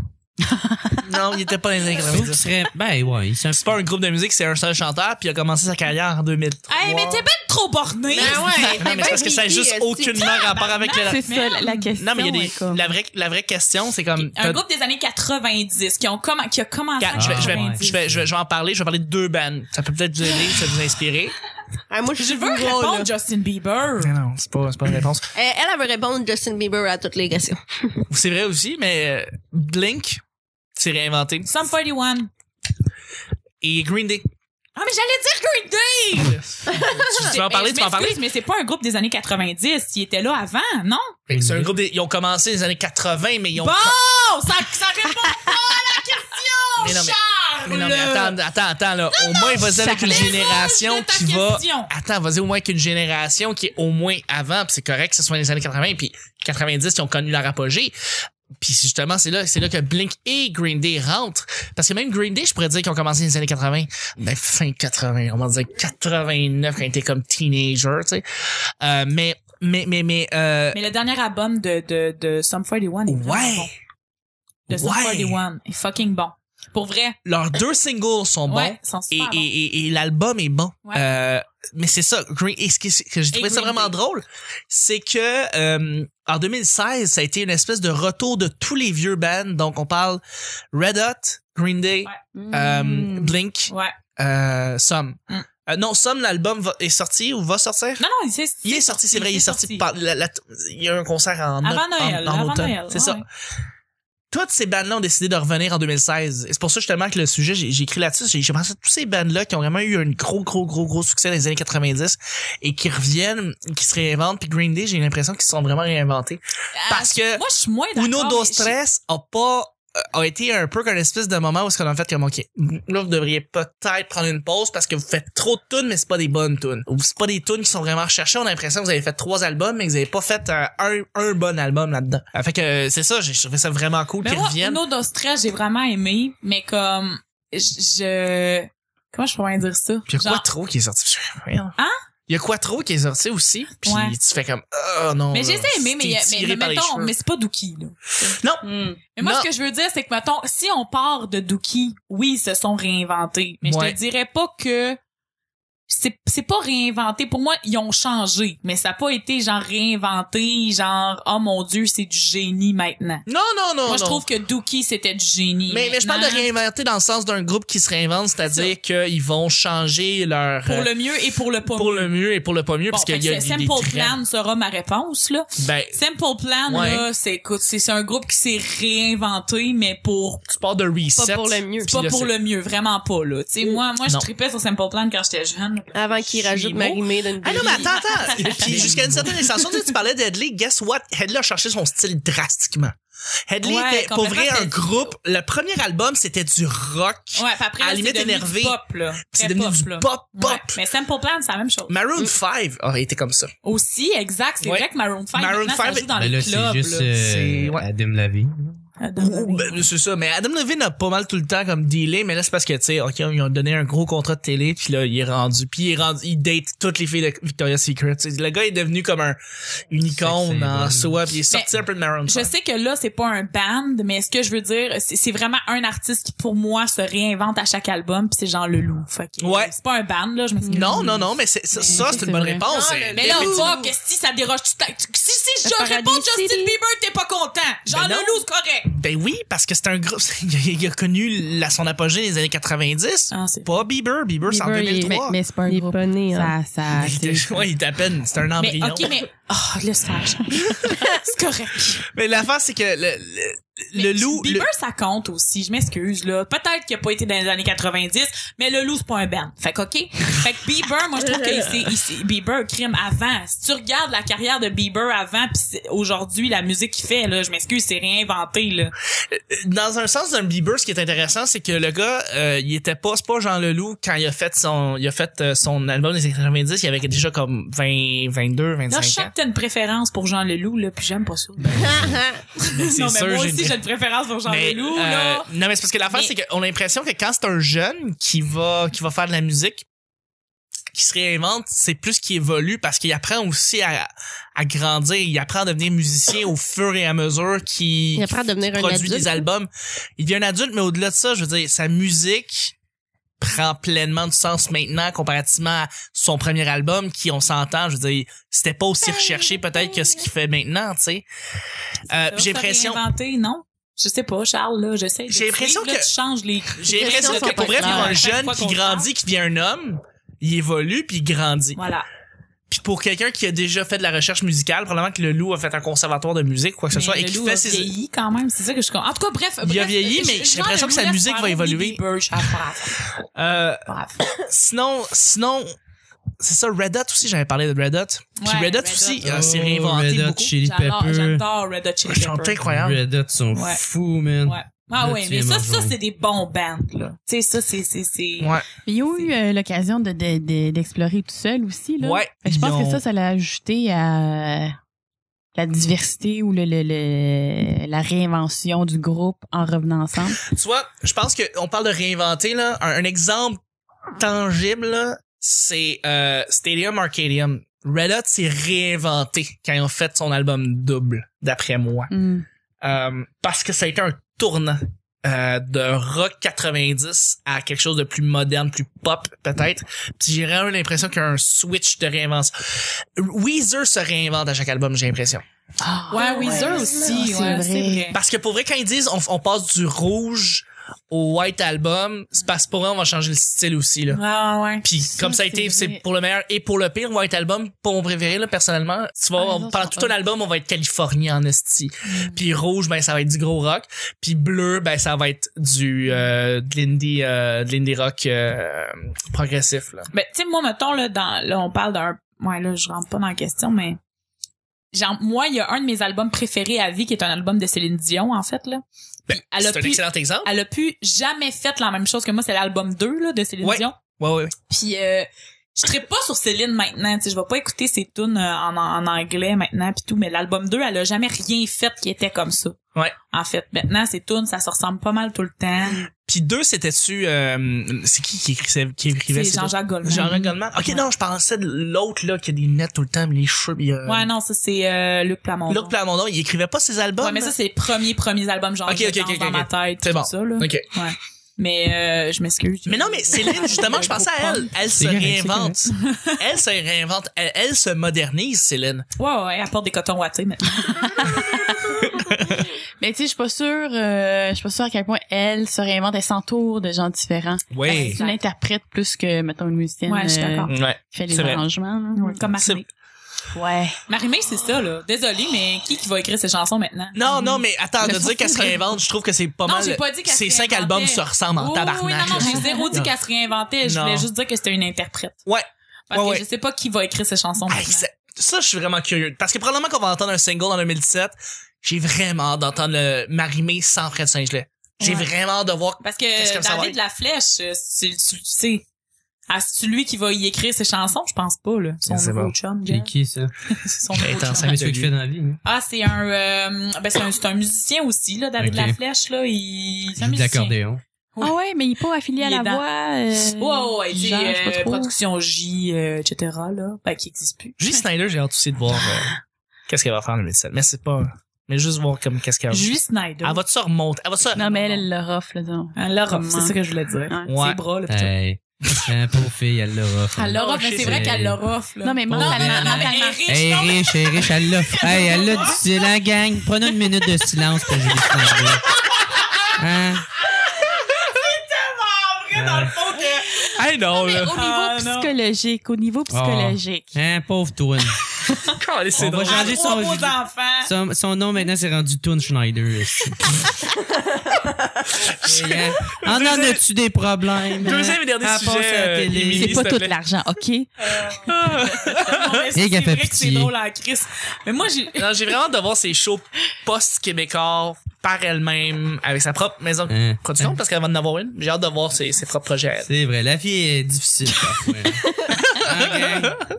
Speaker 1: Non, il était pas dans les années
Speaker 2: Je trouve que
Speaker 1: 90.
Speaker 2: tu serais- Ben ouais, ils sont
Speaker 1: C'est pas un groupe de musique, c'est un seul chanteur, puis il a commencé sa carrière en 2003.
Speaker 3: Hey, mais t'es ben trop borné.
Speaker 5: ouais.
Speaker 1: Ah Non, mais c'est parce que ça n'a juste aucunement rapport avec la...
Speaker 4: C'est ça la, la question.
Speaker 1: Non, mais il y a des...
Speaker 4: est comme-
Speaker 1: La vraie, la vraie question, c'est comme...
Speaker 3: Un
Speaker 1: t'as-
Speaker 3: groupe des années 90 qui, ont comm- qui a commencé
Speaker 1: Regarde,
Speaker 3: en
Speaker 1: je, vais, je, vais,
Speaker 3: 90.
Speaker 1: je, vais, je, vais, je vais en parler, je vais parler de deux bands. Ça peut peut-être vous aider, ça peut vous inspirer.
Speaker 5: Ah, moi,
Speaker 3: Je
Speaker 5: suis
Speaker 3: veux
Speaker 5: gros, là.
Speaker 3: répondre Justin Bieber.
Speaker 1: Non, non, c'est pas, c'est pas une réponse.
Speaker 5: Euh, Elle, elle veut répondre Justin Bieber à toutes les questions.
Speaker 1: C'est vrai aussi, mais euh, Blink s'est réinventé.
Speaker 3: Sum 41.
Speaker 1: Et Green Day.
Speaker 3: Ah, mais j'allais dire Green Day!
Speaker 1: tu tu veux en parler, tu
Speaker 3: Ben, je
Speaker 1: peux en parler.
Speaker 3: m'excuse, mais c'est pas un groupe des années 90. Il était là avant, non?
Speaker 1: Fait que C'est un groupe, des- ils ont commencé les années 80, mais ils ont...
Speaker 3: Bon! Ça, ça répond pas à la
Speaker 1: Mais non,
Speaker 3: question,
Speaker 1: mais-
Speaker 3: Charles!
Speaker 1: Ah, Mais non, mais attends, attends, attends, là. au moins, vas-y avec une
Speaker 3: raison
Speaker 1: génération
Speaker 3: de ta
Speaker 1: qui va.
Speaker 3: question.
Speaker 1: Attends, vas-y au moins avec une génération qui est au moins avant, puis c'est correct que ce soit les années 80, puis 90 qui ont connu leur apogée. Puis justement, c'est là, c'est là que Blink et Green Day rentrent. Parce que même Green Day, je pourrais dire qu'ils ont commencé dans les années 80. Ben, fin 80, on va dire 89 quand ils étaient comme teenager, tu sais. Euh, mais, mais, mais, mais, euh,
Speaker 3: Mais le dernier album de, de, de Sum 41 est vraiment
Speaker 1: Ouais.
Speaker 3: bon. De Sum
Speaker 1: Ouais.
Speaker 3: 41 est fucking bon. Pour vrai.
Speaker 1: leurs deux singles sont bons.
Speaker 3: ouais, ils sont
Speaker 1: et,
Speaker 3: super
Speaker 1: et,
Speaker 3: bons.
Speaker 1: et, et l'album est bon.
Speaker 3: Ouais.
Speaker 1: Euh, mais c'est ça, Green, et ce qui- ce que j'ai trouvé ça
Speaker 3: Green
Speaker 1: vraiment
Speaker 3: Day.
Speaker 1: drôle, c'est que euh, en 2016, ça a été une espèce de retour de tous les vieux bands. Donc on parle Red Hot, Green Day,
Speaker 4: Mm.
Speaker 1: euh, Blink,
Speaker 3: Mm. Ouais.
Speaker 1: euh, Some.
Speaker 3: Mm.
Speaker 1: Euh, non, Some, l'album va- est sorti ou va sortir?
Speaker 3: Non, non, c'est,
Speaker 1: Il est sorti, c'est vrai, il est sorti. par la- la- il y a eu un concert en,
Speaker 3: Avant
Speaker 1: oct- en-
Speaker 3: Noël,
Speaker 1: en
Speaker 3: avant
Speaker 1: automne.
Speaker 3: Noël,
Speaker 1: C'est
Speaker 3: ouais,
Speaker 1: ça.
Speaker 3: ouais.
Speaker 1: toutes ces bandes-là ont décidé de revenir en 2016. Et c'est pour ça justement que le sujet, j'ai j'ai écrit là-dessus, j'ai j'ai pensé à tous ces bandes-là qui ont vraiment eu un gros, gros, gros, gros succès dans les années 90 et qui reviennent, qui se réinventent. Puis Green Day, j'ai l'impression qu'ils se sont vraiment réinventés.
Speaker 3: Ah,
Speaker 1: Parce que
Speaker 3: Moi, je suis moins d'accord.
Speaker 1: Uno dos
Speaker 3: mais j'ai-
Speaker 1: Tres a pas euh, a été un peu comme une espèce de moment où ce qu'on a fait comme ok là vous devriez peut-être prendre une pause parce que vous faites trop de tunes mais c'est pas des bonnes tunes ou c'est pas des tunes qui sont vraiment recherchées on a l'impression que vous avez fait trois albums mais que vous avez pas fait euh, un, un bon album là-dedans Euh, fait que euh, c'est ça j'ai trouvé ça vraiment cool
Speaker 3: Mais
Speaker 1: qu'ils
Speaker 3: moi,
Speaker 1: reviennent
Speaker 3: Uno dos Tres, j'ai vraiment aimé, mais comme, je- je... Comment je pourrais dire ça?
Speaker 1: puis il y a
Speaker 3: Genre-
Speaker 1: quoi trop qui est sorti Merde.
Speaker 3: Hein?
Speaker 1: il y a quoi trop qui est sorti aussi puis
Speaker 3: Ouais.
Speaker 1: tu fais comme oh non
Speaker 3: mais
Speaker 1: là,
Speaker 3: j'ai aimé, mais,
Speaker 1: c'était
Speaker 3: il y a- mais,
Speaker 1: tiré
Speaker 3: mais
Speaker 1: par les
Speaker 3: mettons,
Speaker 1: cheveux.
Speaker 3: mais c'est pas Dookie, là.
Speaker 4: Hmm.
Speaker 3: Mais moi,
Speaker 1: Non.
Speaker 3: ce que je veux dire, c'est que, mettons, si on part de Dookie, oui, ils se sont réinventés. Mais
Speaker 1: Ouais.
Speaker 3: je te dirais pas que c'est c'est pas réinventé. Pour moi, ils ont changé. Mais ça a pas été, genre, réinventé, genre, oh mon Dieu, c'est du génie maintenant.
Speaker 1: non non non
Speaker 3: moi, je
Speaker 1: non.
Speaker 3: trouve que Dookie, c'était du génie.
Speaker 1: Mais, mais je parle de
Speaker 3: Maintenant,
Speaker 1: réinventer dans le sens d'un groupe qui se réinvente, c'est-à-dire qu'ils vont changer leur
Speaker 3: Pour
Speaker 1: euh,
Speaker 3: le mieux et pour le pas
Speaker 1: pour
Speaker 3: mieux.
Speaker 1: le mieux et pour le pas mieux
Speaker 3: Bon,
Speaker 1: parce qu'il
Speaker 3: fait
Speaker 1: y a
Speaker 3: que
Speaker 1: des, des
Speaker 3: Simple
Speaker 1: traits.
Speaker 3: Plan sera ma réponse, là.
Speaker 1: Ben,
Speaker 3: Simple Plan,
Speaker 1: Ouais.
Speaker 3: là, c'est, écoute, c'est c'est un groupe qui s'est réinventé, mais pour
Speaker 1: tu pars de reset.
Speaker 5: Pas pour le mieux.
Speaker 3: C'est
Speaker 1: Puis
Speaker 3: pas
Speaker 1: là,
Speaker 3: pour
Speaker 1: c'est-
Speaker 3: le mieux, vraiment pas, là. Tu sais, moi, moi, je
Speaker 1: Non.
Speaker 3: tripais sur Simple Plan quand j'étais jeune.
Speaker 5: Avant qu'il rajoute
Speaker 3: Chimo.
Speaker 5: Marimé d'une
Speaker 1: Ah non, mais attends, attends. Puis jusqu'à une certaine extension, tu sais, tu parlais d'Headley. Guess what? Headley a changé son style drastiquement. Headley
Speaker 3: Ouais,
Speaker 1: était, pour vrai,
Speaker 3: complètement,
Speaker 1: un
Speaker 3: c'est-
Speaker 1: groupe. Le premier album, c'était du rock.
Speaker 3: Ouais, puis après,
Speaker 1: À
Speaker 3: là,
Speaker 1: la limite
Speaker 3: c'est devenu
Speaker 1: énervé.
Speaker 3: du pop, là.
Speaker 1: C'est
Speaker 3: Très
Speaker 1: devenu
Speaker 3: pop,
Speaker 1: du
Speaker 3: là.
Speaker 1: pop, pop.
Speaker 3: Ouais. Mais Mm. Simple Plan, c'est la même chose.
Speaker 1: Maroon 5 aurait été comme ça.
Speaker 3: Aussi, exact, c'est
Speaker 1: Ouais.
Speaker 3: vrai que Maroon 5,
Speaker 1: Maroon
Speaker 3: maintenant, ça
Speaker 1: 5,
Speaker 3: joue dans
Speaker 2: Ben
Speaker 3: les
Speaker 2: là,
Speaker 3: clubs,
Speaker 2: c'est juste
Speaker 3: là.
Speaker 2: euh,
Speaker 1: C'est- ouais.
Speaker 2: Adam Lavie.
Speaker 1: Ouh, ben, c'est ça. Mais Adam Levine a pas mal tout le temps comme dealé, mais là, c'est parce que, tu sais, OK, ils ont donné un gros contrat de télé, puis là, il est rendu, puis il est rendu, il date toutes les filles de Victoria's Secret. Tu sais, le gars est devenu comme un, une icône
Speaker 2: Sex
Speaker 1: en
Speaker 2: symbol.
Speaker 1: soi, puis il est sorti un peu de Maroon
Speaker 3: Je
Speaker 1: five.
Speaker 3: sais que là, c'est pas un band, mais ce que je veux dire, c'est c'est vraiment un artiste qui, pour moi, se réinvente à chaque album, puis c'est genre le loup. Fait que,
Speaker 1: Ouais.
Speaker 3: C'est pas un band, là, je me suis
Speaker 1: Non, non, non, mais c'est, ça,
Speaker 4: Mais
Speaker 1: ça,
Speaker 4: ça,
Speaker 1: c'est
Speaker 4: c'est
Speaker 1: une bonne
Speaker 4: vrai.
Speaker 1: réponse.
Speaker 5: Non,
Speaker 1: C'est-
Speaker 5: mais
Speaker 3: Mais là,
Speaker 1: définitivement.
Speaker 3: fuck, si ça déroge tout le temps. Si, si
Speaker 4: Le
Speaker 3: je
Speaker 4: paradis
Speaker 3: réponds Justin
Speaker 4: city.
Speaker 3: Bieber, t'es pas content. Genre,
Speaker 1: Ben
Speaker 3: le
Speaker 1: non.
Speaker 3: loup, c'est correct.
Speaker 1: Ben oui, parce que c'est un groupe, il a- il a connu la, son apogée des années 90.
Speaker 3: Ah, c'est-
Speaker 1: Pas Bieber, Bieber, c'est en
Speaker 4: Bieber, il est-
Speaker 1: 2003.
Speaker 4: Mais, mais c'est pas un
Speaker 5: Il est
Speaker 4: groupe.
Speaker 5: pas né, hein.
Speaker 4: Ça, ça,
Speaker 1: il était,
Speaker 4: c'est-
Speaker 1: ouais, il était à peine, c'était un
Speaker 3: Mais,
Speaker 1: embryon.
Speaker 3: ok, mais, oh, laisse faire. c'est correct.
Speaker 1: Mais l'affaire, c'est que le, le, le
Speaker 3: Mais
Speaker 1: loup, le-
Speaker 3: Bieber, ça compte aussi. Je m'excuse, là. Peut-être qu'il a pas été dans les années 90, mais le loup, c'est pas un band. Fait que, ok. Fait que Bieber, moi, je trouve que c'est, il s'est- Bieber, crime avant. Si tu regardes la carrière de Bieber avant pis c'est- aujourd'hui, la musique qu'il fait, là, je m'excuse, c'est réinventé, là.
Speaker 1: dans un sens d'un Bieber ce qui est intéressant c'est que le gars euh, il était pas c'est pas Jean Leloup quand il a fait son il a fait euh, son album des années 90 il avait déjà comme 20 22 25
Speaker 3: Là, je sens
Speaker 1: ans Ben,
Speaker 3: que t'as une préférence pour Jean Leloup, là, puis j'aime pas ça.
Speaker 5: Ah,
Speaker 1: Mais
Speaker 3: non, mais
Speaker 1: sûr,
Speaker 3: moi
Speaker 1: j'ai une-
Speaker 3: aussi, j'ai une préférence pour Jean
Speaker 1: mais,
Speaker 3: Leloup,
Speaker 1: euh,
Speaker 3: là.
Speaker 1: non mais c'est parce que l'affaire
Speaker 3: Mais-
Speaker 1: c'est qu'on a l'impression que quand c'est un jeune qui va qui va faire de la musique qui se réinvente c'est plus qui évolue parce qu'il apprend aussi à, à grandir il apprend à devenir musicien au fur et à mesure qu'il
Speaker 5: Il apprend à devenir un
Speaker 1: produit
Speaker 5: adulte.
Speaker 1: des albums. Il devient un adulte, mais au-delà de ça, je veux dire, sa musique prend pleinement du sens maintenant comparativement à son premier album qui, on s'entend, je veux dire, c'était pas
Speaker 3: Ben,
Speaker 1: aussi recherché peut-être que ce qu'il fait maintenant, tu sais. Euh,
Speaker 3: Ça,
Speaker 1: j'ai
Speaker 3: ça
Speaker 1: l'impression...
Speaker 3: réinventer, non? Je sais pas, Charles, là, j'essaie de
Speaker 1: J'ai l'impression
Speaker 3: suivre, là,
Speaker 1: que-
Speaker 3: tu changes les...
Speaker 1: J'ai l'impression
Speaker 5: questions
Speaker 1: que
Speaker 5: sont
Speaker 1: pour
Speaker 5: pas
Speaker 1: vrai, pour
Speaker 5: claires.
Speaker 1: un
Speaker 3: Chaque
Speaker 1: jeune
Speaker 3: fois
Speaker 1: qui
Speaker 3: qu'on
Speaker 1: grandit, qui devient un homme, il évolue puis il grandit.
Speaker 3: Voilà.
Speaker 1: Puis pour quelqu'un qui a déjà fait de la recherche musicale, probablement que le loup a fait un conservatoire de musique, quoi que ce
Speaker 3: Mais
Speaker 1: soit, et
Speaker 3: le
Speaker 1: qui
Speaker 3: loup
Speaker 1: fait
Speaker 3: a
Speaker 1: ses...
Speaker 3: vieilli quand même, c'est ça que je comprends. En tout cas, bref.
Speaker 1: Il a
Speaker 3: bref,
Speaker 1: vieilli,
Speaker 3: je-
Speaker 1: mais
Speaker 3: je-
Speaker 1: j'ai
Speaker 3: genre,
Speaker 1: l'impression
Speaker 3: le
Speaker 1: que sa
Speaker 3: loup laisse
Speaker 1: musique
Speaker 3: faire
Speaker 1: va évoluer.
Speaker 3: Whitney Birch, ah, bref,
Speaker 1: Euh,
Speaker 3: bref.
Speaker 1: sinon, sinon, c'est ça, Red Hot aussi, j'avais parlé de Red Hot. Puis
Speaker 3: Ouais,
Speaker 1: Red Hot
Speaker 3: Red
Speaker 1: aussi,
Speaker 3: Hot.
Speaker 1: euh, s'est
Speaker 2: Oh,
Speaker 1: réinventé
Speaker 2: Red Hot
Speaker 1: beaucoup.
Speaker 2: Chili
Speaker 3: J'adore,
Speaker 2: Pepper.
Speaker 3: j'adore Red Hot Chili
Speaker 1: Ils sont
Speaker 3: Peppers.
Speaker 1: incroyables.
Speaker 2: Red Hot sont
Speaker 3: Ouais.
Speaker 2: fous, man.
Speaker 3: Ouais. Ah
Speaker 2: Là,
Speaker 3: ouais,
Speaker 2: tu
Speaker 3: mais
Speaker 2: viens
Speaker 3: ça,
Speaker 2: me
Speaker 3: ça,
Speaker 2: rejoindre.
Speaker 3: c'est des bons bands, là. Tu sais, ça, c'est, c'est, c'est...
Speaker 1: Ouais.
Speaker 4: Ils ont eu euh, l'occasion de- de- de- d'explorer tout seul aussi. Là.
Speaker 1: Ouais.
Speaker 4: Fait que Je pense
Speaker 1: Ils ont-
Speaker 4: que ça, ça l'a ajouté à la diversité ou le, le- le- la réinvention du groupe en revenant ensemble.
Speaker 1: Tu vois, je pense que on parle de réinventer, là. Un, un exemple tangible, là, c'est euh, Stadium Arcadium. Red Hot s'est réinventé quand ils ont fait son album double, d'après moi.
Speaker 4: Hmm.
Speaker 1: Euh, parce que ça a été un tournant euh, de rock 90 à quelque chose de plus moderne, plus pop peut-être. Puis j'ai vraiment l'impression qu'il y a un switch de réinvention. Weezer se réinvente à chaque album, j'ai l'impression.
Speaker 3: Ouais, Weezer
Speaker 4: Ah, ouais,
Speaker 3: aussi,
Speaker 4: c'est
Speaker 3: ouais,
Speaker 4: vrai.
Speaker 3: c'est vrai.
Speaker 1: Parce que pour vrai, quand ils disent on, on passe du rouge au White Album, c'est parce que pour vrai, on va changer le style aussi, là.
Speaker 3: Ah, ouais.
Speaker 1: Puis comme ça a
Speaker 4: c'est
Speaker 1: été, c'est
Speaker 4: vrai.
Speaker 1: pour le meilleur et pour le pire, White Album, pour mon préféré, là, personnellement, tu vas,
Speaker 4: Ah, les
Speaker 1: on-
Speaker 4: autres
Speaker 1: pendant
Speaker 4: sont
Speaker 1: tout un
Speaker 4: hot.
Speaker 1: album, on va être californien en esti.
Speaker 3: Mm.
Speaker 1: Puis rouge, ben ça va être du gros rock. Puis bleu, ben ça va être du euh, de l'indie, euh, de l'indie rock euh, progressif, là.
Speaker 3: Ben, tu sais, moi, mettons, là, dans, là, on parle d'un. Ouais, là, je rentre pas dans la question, mais. Genre, moi, il y a un de mes albums préférés à vie qui est un album de Céline Dion, en fait, là.
Speaker 1: Ben,
Speaker 3: Elle a
Speaker 1: c'est un
Speaker 3: pu-
Speaker 1: excellent exemple.
Speaker 3: Elle a pu jamais fait la même chose que moi. C'est l'album 2, là, de Céline
Speaker 1: Ouais.
Speaker 3: Dion.
Speaker 1: Ouais, ouais, ouais.
Speaker 3: Puis, euh, je serais pas sur Céline maintenant, tu sais, je vais pas écouter ses tunes euh, en, en anglais maintenant puis tout, mais l'album 2, elle a jamais rien fait qui était comme ça.
Speaker 1: Ouais.
Speaker 3: En fait, maintenant, ses tunes, ça se ressemble pas mal tout le temps.
Speaker 1: Puis deux, c'était-tu euh, c'est qui qui écrivait qui écrivait
Speaker 3: C'est
Speaker 1: ces
Speaker 3: Jean-Jacques Goldman.
Speaker 1: Jean Goldman. Ok,
Speaker 3: Ouais.
Speaker 1: non, je pensais de l'autre là qui a des lunettes tout le temps, mais les cheveux. puis, euh,
Speaker 3: Ouais, non, ça, c'est euh, Luc Plamondon.
Speaker 1: L'autre Plamondon, il écrivait pas ses albums.
Speaker 3: Ouais, mais ça, c'est les premiers, premiers albums, genre,
Speaker 1: Ok,
Speaker 3: je
Speaker 1: ok,
Speaker 3: danse
Speaker 1: ok,
Speaker 3: dans
Speaker 1: ok.
Speaker 3: ma tête.
Speaker 1: C'est
Speaker 3: tout
Speaker 1: bon.
Speaker 3: Ça, là.
Speaker 1: Ok.
Speaker 3: Ouais. Mais euh, je m'excuse.
Speaker 1: Mais non, mais Céline, justement, je pensais à elle. Elle se
Speaker 2: C'est correct,
Speaker 1: réinvente. Elle se réinvente. Elle, elle se modernise, Céline.
Speaker 3: Ouais, ouais, elle porte des cotons wattés maintenant.
Speaker 4: Mais tu sais, je suis pas sûre, euh, je suis pas sûre à quel point elle se réinvente, elle s'entoure de gens différents.
Speaker 1: Oui.
Speaker 4: C'est une interprète plus que, mettons, une musicienne. euh,
Speaker 3: Ouais, je suis d'accord.
Speaker 1: Ouais.
Speaker 4: qui fait les
Speaker 1: C'est vrai.
Speaker 4: arrangements. là.
Speaker 3: Comme
Speaker 1: C'est-
Speaker 3: Marimé.
Speaker 4: Ouais.
Speaker 3: Marimé, c'est ça, là. Désolée, mais qui qui va écrire ces chansons maintenant?
Speaker 1: Non, non, mais attends, de dire qu'elle se réinvente, je trouve que c'est pas
Speaker 3: Mm-hmm. Non,
Speaker 1: mal.
Speaker 3: j'ai pas dit qu'elle
Speaker 1: Ces
Speaker 3: se
Speaker 1: cinq
Speaker 3: réinventait.
Speaker 1: albums se ressemblent en
Speaker 3: Oui,
Speaker 1: tabarnak.
Speaker 3: oui, non,
Speaker 1: là.
Speaker 3: non, j'ai zéro dit qu'elle se réinventait. Je
Speaker 1: Non.
Speaker 3: voulais juste dire que c'était une interprète.
Speaker 1: Ouais.
Speaker 3: Parce
Speaker 1: Ouais,
Speaker 3: que
Speaker 1: ouais.
Speaker 3: je sais pas qui va écrire ces chansons
Speaker 1: Hey,
Speaker 3: maintenant.
Speaker 1: ça, ça, je suis vraiment curieux. Parce que probablement qu'on va entendre un single en 2017. J'ai vraiment hâte d'entendre le Marimé sans Fred Saint-Gelais. J'ai
Speaker 3: Ouais.
Speaker 1: vraiment hâte de voir.
Speaker 3: Parce
Speaker 1: Qu'est-ce
Speaker 3: que
Speaker 1: que ça va
Speaker 3: David
Speaker 1: être?
Speaker 3: La Flèche, euh, c'est, tu, tu sais, ah, c'est lui qui va y écrire ses chansons? Je pense pas, là. Son
Speaker 1: Je sais
Speaker 3: nouveau
Speaker 1: pas.
Speaker 3: chum,
Speaker 2: C'est
Speaker 3: Jeff.
Speaker 2: qui, ça?
Speaker 3: Son
Speaker 1: Elle
Speaker 3: nouveau
Speaker 1: est
Speaker 3: chum.
Speaker 1: enceinte.
Speaker 2: Mais ce que tu fais dans la vie. hein?
Speaker 3: Ah, c'est un, euh, ben c'est un, c'est un musicien aussi là, David
Speaker 2: Ok.
Speaker 3: Laflèche là, il c'est un
Speaker 2: Joue de
Speaker 3: musicien.
Speaker 2: l'accordéon.
Speaker 3: Ouais.
Speaker 4: Ah ouais, mais il est pas affilié à
Speaker 3: Il est
Speaker 4: la
Speaker 3: dans-
Speaker 4: voix. euh,
Speaker 3: Ouais, ouais, ouais, tu sais,
Speaker 4: genre, je sais pas
Speaker 3: euh,
Speaker 4: trop.
Speaker 3: production J, euh, etc. là, ben qui existe plus.
Speaker 1: Julie Snyder, j'ai hâte aussi de voir euh, qu'est-ce qu'elle va faire en 2017. Mais c'est pas. Mais juste voir comme qu'est-ce qu'elle va
Speaker 3: Julie Snyder.
Speaker 1: Elle va se remonter. Elle va se.
Speaker 4: Non, mais elle, elle le ref, là, disons.
Speaker 3: Ah, Laura, c'est
Speaker 4: Comment?
Speaker 3: ça que je voulais dire.
Speaker 4: Ouais.
Speaker 1: Ouais.
Speaker 3: Ses bras là. putain.
Speaker 2: Hey. Hein, pauvre fille, elle Euh, l'aura. fait.
Speaker 3: Elle l'aura,
Speaker 1: Oh,
Speaker 3: mais
Speaker 1: shit.
Speaker 3: c'est vrai qu'elle l'aura là.
Speaker 4: Non, mais
Speaker 2: non,
Speaker 4: mentalement,
Speaker 2: non, non,
Speaker 3: mais
Speaker 4: mentalement.
Speaker 3: elle est
Speaker 2: Elle est
Speaker 3: riche, non, mais-
Speaker 2: riche, elle est riche, elle l'a. Hey, elle l'a dit, c'est la gang. Prenez une minute de silence pour Julie Snyder. Hein?
Speaker 3: C'est tellement vrai dans le fond que
Speaker 1: Hey, non, oh,
Speaker 4: Mais
Speaker 1: là.
Speaker 4: au niveau
Speaker 3: Ah, non.
Speaker 4: psychologique, au niveau
Speaker 1: Ah.
Speaker 4: psychologique.
Speaker 2: Hein, pauvre Toon.
Speaker 1: C'est
Speaker 2: On
Speaker 1: drôle.
Speaker 2: va changer-
Speaker 3: à
Speaker 2: son
Speaker 3: trois
Speaker 2: Julie.
Speaker 3: beaux enfants.
Speaker 2: Son, son nom maintenant c'est rendu Toon Schneider. ici. Et, hein, en en
Speaker 1: Deuxième-
Speaker 2: as-tu des problèmes? hein?
Speaker 1: Deuxième et dernier
Speaker 2: à
Speaker 1: sujet,
Speaker 2: passer à la
Speaker 1: euh,
Speaker 2: télé.
Speaker 1: Émilie.
Speaker 4: C'est
Speaker 1: S'il
Speaker 4: pas
Speaker 1: te
Speaker 4: tout
Speaker 1: plaît.
Speaker 4: l'argent, OK?
Speaker 3: Non, mais
Speaker 2: Et qu'elle fait
Speaker 3: C'est vrai que c'est
Speaker 2: pitié.
Speaker 3: drôle en crise. Mais moi j'ai
Speaker 1: Non, j'ai vraiment hâte de voir ces shows post-québécois par elle-même avec sa propre maison de
Speaker 2: Hein.
Speaker 1: production parce qu'elle va en avoir une. J'ai hâte de voir ses, ses propres projets à elle.
Speaker 2: C'est vrai, la vie est difficile parfois. hein. Ok.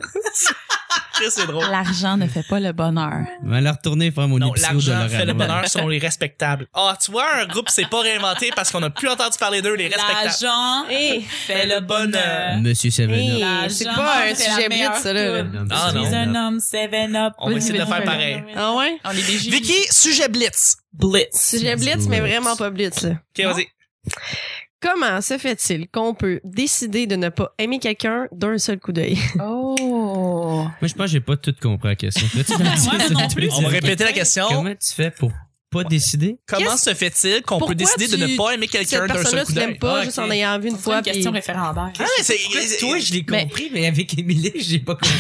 Speaker 1: Chris, C'est drôle.
Speaker 4: L'argent ne fait pas le bonheur.
Speaker 2: On va la retourner faire mon
Speaker 1: Non,
Speaker 2: épisode de
Speaker 1: l'argent
Speaker 2: Laurent
Speaker 1: fait le
Speaker 2: Noël.
Speaker 1: bonheur selon les respectables. Ah, tu vois, un groupe s'est pas réinventé parce qu'on a plus entendu parler d'eux, les respectables.
Speaker 3: l'agent
Speaker 5: Hey,
Speaker 3: fait le bonheur.
Speaker 2: Monsieur Seven. Up.
Speaker 5: hey,
Speaker 3: La
Speaker 5: c'est
Speaker 3: jambe,
Speaker 5: pas un
Speaker 3: c'est la
Speaker 5: sujet blitz,
Speaker 3: meilleure
Speaker 5: ça, là.
Speaker 3: tune.
Speaker 1: Ah,
Speaker 3: Je
Speaker 1: non.
Speaker 3: suis un homme 7-up.
Speaker 1: On va essayer de le faire pareil.
Speaker 5: Ah ouais?
Speaker 4: On est des génies.
Speaker 1: Vicky, sujet blitz.
Speaker 3: Blitz.
Speaker 5: Sujet blitz, mais vraiment pas blitz, là.
Speaker 1: Ok, vas-y.
Speaker 5: Comment se fait-il qu'on peut décider de ne pas aimer quelqu'un d'un seul coup d'œil?
Speaker 4: Oh.
Speaker 2: Moi, je pense que j'ai pas tout compris la question. Peux-tu me dire
Speaker 3: moi
Speaker 2: ça,
Speaker 3: non
Speaker 2: s'il te
Speaker 3: plus.
Speaker 2: plaît?
Speaker 1: On va répéter la question.
Speaker 2: Comment tu fais pour pas décider?
Speaker 1: Comment
Speaker 5: Qu'est-ce-
Speaker 1: se fait-il qu'on peut
Speaker 5: Pourquoi
Speaker 1: décider de
Speaker 5: tu-
Speaker 1: ne pas aimer
Speaker 5: Cette
Speaker 1: quelqu'un d'un seul
Speaker 5: personne-là,
Speaker 1: coup
Speaker 5: tu
Speaker 1: d'œil?
Speaker 5: l'aimes pas
Speaker 2: Ah,
Speaker 5: juste
Speaker 2: ok.
Speaker 5: en ayant vu une
Speaker 3: C'est
Speaker 5: fois.
Speaker 3: une question
Speaker 5: puis-
Speaker 3: référendaire.
Speaker 1: Ah, mais c'est.
Speaker 2: Toi, je l'ai
Speaker 4: Mais-
Speaker 2: compris, mais avec Émilie, j'ai pas compris.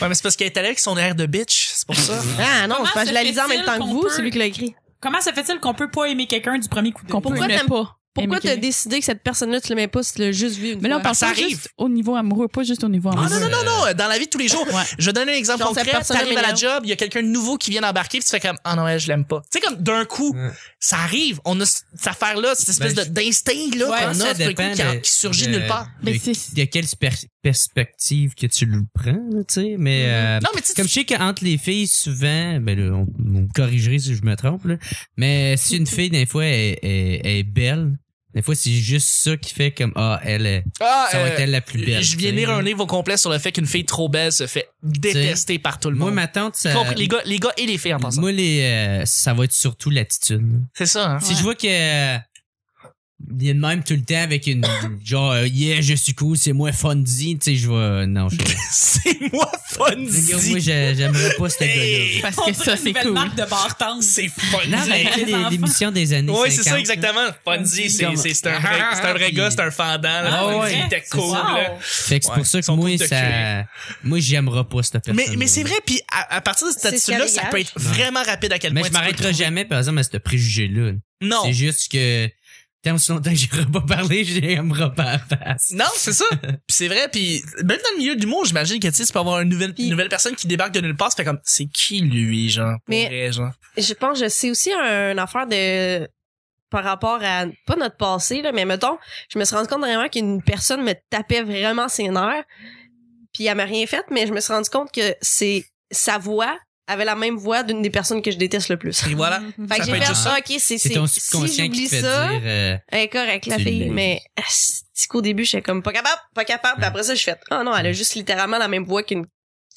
Speaker 1: Ouais, mais c'est parce qu'elle est allée avec son air de bitch, c'est pour ça.
Speaker 5: Ah non,
Speaker 3: Comment
Speaker 5: c'est parce que je
Speaker 3: se
Speaker 5: la lisais en même
Speaker 3: fait-il
Speaker 5: temps que
Speaker 3: qu'on
Speaker 5: vous,
Speaker 3: peut-
Speaker 5: c'est lui qui l'a écrit.
Speaker 3: Comment se fait-il qu'on peut pas aimer quelqu'un du premier coup de
Speaker 4: Qu'on
Speaker 3: vue?
Speaker 4: peut
Speaker 5: Pourquoi
Speaker 4: aimer
Speaker 5: t'aimes pas? Pourquoi
Speaker 4: aimer
Speaker 5: t'as
Speaker 4: quelqu'un?
Speaker 5: décidé que cette personne-là, tu l'aimais pas si tu l'as juste vu une
Speaker 4: Mais là, on
Speaker 5: fois?
Speaker 4: parle
Speaker 1: Ça
Speaker 4: pas
Speaker 1: arrive.
Speaker 4: juste au niveau amoureux, pas juste au niveau
Speaker 1: Ah
Speaker 4: amoureux.
Speaker 1: non, non, non, non, dans la vie de tous les jours.
Speaker 4: Ouais.
Speaker 1: Je vais donner un exemple
Speaker 5: Genre, cette
Speaker 1: concret.
Speaker 5: personne-là
Speaker 1: T'arrives à la
Speaker 5: m'énerve.
Speaker 1: job, il y a quelqu'un de nouveau qui vient d'embarquer, puis tu fais comme, ah non, elle, je l'aime pas. Tu sais, comme d'un coup,
Speaker 2: Ouais.
Speaker 1: ça arrive. On a c- cette affaire-là, cette espèce
Speaker 2: Ben,
Speaker 1: de- d'instinct là
Speaker 2: Ouais,
Speaker 1: qu'on
Speaker 2: ça
Speaker 1: a d'un coup
Speaker 2: dépend
Speaker 1: qui, en-
Speaker 2: de-
Speaker 1: qui surgit
Speaker 2: de-
Speaker 1: nulle part.
Speaker 4: Mais
Speaker 2: de,
Speaker 4: c'est-
Speaker 2: de quelle sper- perspective que tu le prends, là, tu sais, mais... euh,
Speaker 1: Mm-hmm. Non, mais tu sais,
Speaker 2: comme je sais qu'entre les filles, souvent, ben là, on, vous me corrigerez si je me trompe, là, mais si une fille, des fois, est, est- est belle, des fois, c'est juste ça qui fait comme, ah, elle est,
Speaker 1: ah,
Speaker 2: ça va
Speaker 1: euh,
Speaker 2: être elle la plus belle.
Speaker 1: je viens
Speaker 2: tu sais.
Speaker 1: lire un livre au complet sur le fait qu'une fille trop belle se fait détester par tout le
Speaker 2: Moi,
Speaker 1: monde.
Speaker 2: ma euh, tante, ça...
Speaker 1: Compris, les gars, les gars et les filles en passant.
Speaker 2: Moi, les, euh, ça va être surtout l'attitude.
Speaker 1: C'est ça, hein.
Speaker 2: Si je vois que euh, il est de même tout le temps avec une genre euh, yeah je suis cool c'est moi Fonzie tu sais je vais non je
Speaker 1: C'est moi,
Speaker 2: moi
Speaker 1: Fonzie.
Speaker 2: j'ai- j'aimerais pas ce
Speaker 1: Hey!
Speaker 2: gars-là
Speaker 4: Parce
Speaker 3: On
Speaker 4: que
Speaker 3: dirait
Speaker 4: ça,
Speaker 3: une
Speaker 4: c'est
Speaker 3: nouvelle
Speaker 4: cool.
Speaker 3: marque de bartende.
Speaker 1: C'est
Speaker 2: non mais
Speaker 1: Fonzie.
Speaker 2: tu sais,
Speaker 3: Les
Speaker 2: les-
Speaker 3: enfants.
Speaker 2: l'émission des années
Speaker 1: Oui, c'est ça,
Speaker 2: 50,
Speaker 1: exactement. Fonzie, c'est, c'est, c'est un vrai, c'est un vrai gars, c'est un fendant. Là.
Speaker 2: Ah ouais,
Speaker 1: Fonzie était
Speaker 2: c'est
Speaker 1: cool.
Speaker 3: Wow.
Speaker 1: Là.
Speaker 2: Fait que c'est
Speaker 1: Ouais,
Speaker 2: pour ça
Speaker 1: ils
Speaker 2: que
Speaker 1: sont
Speaker 2: moi,
Speaker 1: tous de
Speaker 2: ça. Moi, j'aimerais pas cette personne.
Speaker 1: Mais, mais c'est vrai, puis à, à partir de cette
Speaker 5: C'est ce
Speaker 1: attitude-là, ça
Speaker 5: qu'il y a
Speaker 1: peut être
Speaker 2: l'âge.
Speaker 1: vraiment rapide à quel
Speaker 2: Mais
Speaker 1: point
Speaker 2: je
Speaker 1: tu peux
Speaker 2: m'arrêterai
Speaker 1: trouver-
Speaker 2: jamais, par exemple, à ce préjugé-là.
Speaker 1: Non.
Speaker 2: C'est juste que. Tant aussi longtemps que j'aurais pas parlé, j'aimerais pas la face.
Speaker 1: Non, c'est ça. Puis c'est vrai, puis même dans le milieu du monde, j'imagine que tu sais, tu peux avoir une nouvelle,
Speaker 5: Puis-
Speaker 1: une nouvelle personne qui débarque de nulle part, ça fait comme, c'est qui lui, genre? pour
Speaker 5: Mais-
Speaker 1: vrai, genre?
Speaker 5: Je pense que c'est aussi un- une affaire de par rapport à pas notre passé là, mais mettons, je me suis rendu compte vraiment qu'une personne me tapait vraiment ses nerfs, puis elle m'a rien fait, mais je me suis rendu compte que c'est sa voix avait la même voix d'une des personnes que je déteste le plus.
Speaker 1: Et
Speaker 2: Mm.
Speaker 1: voilà.
Speaker 5: Fait
Speaker 1: Ça
Speaker 5: que
Speaker 1: peut
Speaker 5: j'ai
Speaker 1: être
Speaker 5: fait
Speaker 1: juste
Speaker 5: ça, ok, c'est
Speaker 2: C'est ton
Speaker 5: si
Speaker 2: subconscient qui
Speaker 5: j'oublie
Speaker 2: te fait
Speaker 5: ça,
Speaker 2: dire. euh,
Speaker 5: elle est correcte la
Speaker 2: Tu
Speaker 5: fille,
Speaker 2: l'as.
Speaker 5: mais asti qu'au début j'étais comme pas capable, pas capable, puis après ça je fais ah non, elle a juste littéralement la même voix qu'une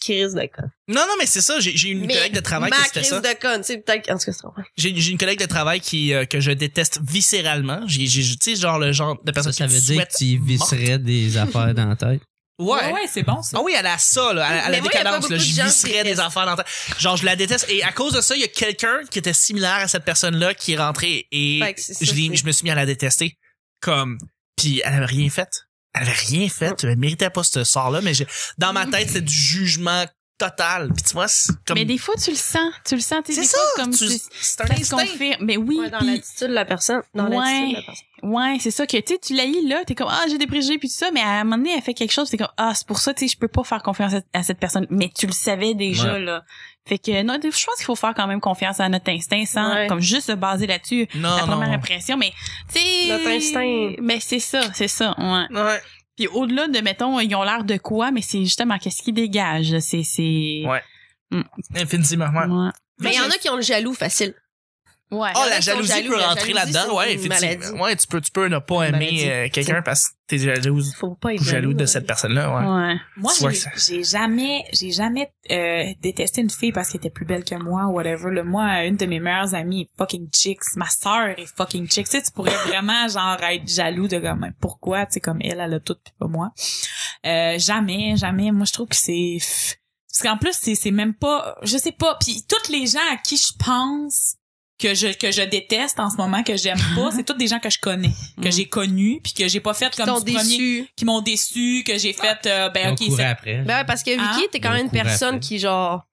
Speaker 5: crise de con.
Speaker 1: Non, non, mais c'est ça. J'ai j'ai une
Speaker 5: Mais
Speaker 1: collègue de travail
Speaker 5: ma
Speaker 1: qui c'était
Speaker 5: crise
Speaker 1: ça.
Speaker 5: de con, tu sais peut-être en tout cas c'est trop.
Speaker 1: J'ai j'ai une collègue de travail qui euh, que je déteste viscéralement. J'ai, j'ai- tu sais, genre le genre de
Speaker 2: Ça,
Speaker 1: personne
Speaker 2: ça
Speaker 1: qui
Speaker 2: veut
Speaker 1: te
Speaker 2: dire
Speaker 1: souhaite
Speaker 2: que tu y
Speaker 1: morte.
Speaker 2: viscerais des affaires dans la tête.
Speaker 1: Ouais.
Speaker 3: Ouais, ouais, c'est bon, ça.
Speaker 1: Ah oui, elle a ça, là, elle a- elle a
Speaker 5: Mais
Speaker 1: la
Speaker 5: moi, y a pas
Speaker 1: décadence,
Speaker 5: beaucoup
Speaker 1: là,
Speaker 5: de
Speaker 1: je
Speaker 5: gens qui
Speaker 1: visserais des
Speaker 5: détestent.
Speaker 1: affaires dans ta- Genre, je la déteste. Et à cause de ça, il y a quelqu'un qui était similaire à cette personne-là qui est rentrée et
Speaker 5: Fait que c'est ça,
Speaker 1: je, l'ai-
Speaker 5: c'est-
Speaker 1: je me suis mis à la détester. Comme, puis elle avait rien fait. Elle avait rien
Speaker 5: Mm.
Speaker 1: fait. Elle méritait pas ce sort-là, mais j'ai- dans ma tête, c'est du jugement total. Puis tu vois, c'est comme...
Speaker 4: Mais des fois, tu le sens. Tu le sens, tu
Speaker 1: c'est
Speaker 4: sais, des
Speaker 1: ça,
Speaker 4: fois, comme
Speaker 1: tu-
Speaker 4: tu-
Speaker 1: c'est un
Speaker 4: ça se
Speaker 1: instinct.
Speaker 4: confirme. Mais oui,
Speaker 5: Ouais, dans
Speaker 4: puis-
Speaker 5: l'attitude de la personne, dans
Speaker 4: Ouais.
Speaker 5: l'attitude de la personne.
Speaker 4: Ouais, c'est ça que tu sais, tu l'as là, t'es comme ah j'ai des préjugés puis tout ça, mais à un moment donné elle fait quelque chose, t'es comme ah c'est pour ça, tu sais, je peux pas faire confiance à, à cette personne, mais tu le savais déjà
Speaker 2: Ouais.
Speaker 4: là. Fait que non, je pense qu'il faut faire quand même confiance à notre instinct sans
Speaker 5: Ouais.
Speaker 4: comme juste se baser là-dessus. la
Speaker 1: Non,
Speaker 4: première
Speaker 1: Ah, non.
Speaker 4: impression, mais tu sais.
Speaker 5: Notre instinct.
Speaker 4: Mais c'est ça, c'est ça. Ouais.
Speaker 1: Ouais.
Speaker 4: Puis au-delà de mettons ils ont l'air de quoi, mais c'est justement qu'est-ce qui dégage, là, c'est c'est.
Speaker 1: Ouais. Infiniment, ouais.
Speaker 4: Ouais.
Speaker 5: Mais il y en a qui ont le jaloux facile.
Speaker 4: Ouais.
Speaker 1: Oh,
Speaker 5: Il y en a
Speaker 1: la
Speaker 5: qui sont
Speaker 1: jalousie
Speaker 5: jaloux,
Speaker 1: peut
Speaker 5: la
Speaker 1: rentrer
Speaker 5: jalousie,
Speaker 1: là-dedans.
Speaker 5: c'est
Speaker 1: Ouais,
Speaker 5: une
Speaker 1: effectivement.
Speaker 5: maladie.
Speaker 1: Ouais, tu peux, tu peux ne pas
Speaker 5: Une
Speaker 1: aimer
Speaker 5: maladie.
Speaker 1: euh, quelqu'un parce que t'es jalouse
Speaker 5: Faut pas être
Speaker 1: ou jaloux de
Speaker 5: là.
Speaker 1: cette personne-là. Ouais.
Speaker 4: Ouais.
Speaker 3: Moi,
Speaker 1: Tu vois
Speaker 3: j'ai,
Speaker 1: que ça-
Speaker 3: j'ai jamais, j'ai jamais euh, détesté une fille parce qu'elle était plus belle que moi ou whatever. Là. Moi, une de mes meilleures amies est fucking chicks. Ma sœur est fucking chicks. Tu, sais, tu pourrais vraiment genre être jaloux de comme pourquoi, tu sais, comme elle, elle a tout puis pas moi. Euh, jamais, jamais. Moi, je trouve que c'est parce qu'en plus, c'est, c'est même pas, je sais pas. Puis toutes les gens à qui je pense que je que je déteste en ce moment que j'aime pas, c'est toutes des gens que je connais, que
Speaker 4: Mm.
Speaker 3: j'ai connus, puis que j'ai pas fait
Speaker 5: Qui
Speaker 3: comme
Speaker 5: t'ont
Speaker 3: du premier
Speaker 5: déçu. Ah.
Speaker 3: qui m'ont déçu, que j'ai fait euh, ben
Speaker 2: on
Speaker 3: OK,
Speaker 2: courait
Speaker 3: c'est
Speaker 2: après.
Speaker 5: Ben ouais, parce que
Speaker 3: Ah.
Speaker 5: Vicky, t'es quand
Speaker 2: Ils ont
Speaker 5: même une
Speaker 2: couru
Speaker 5: personne
Speaker 2: après.
Speaker 5: qui, genre,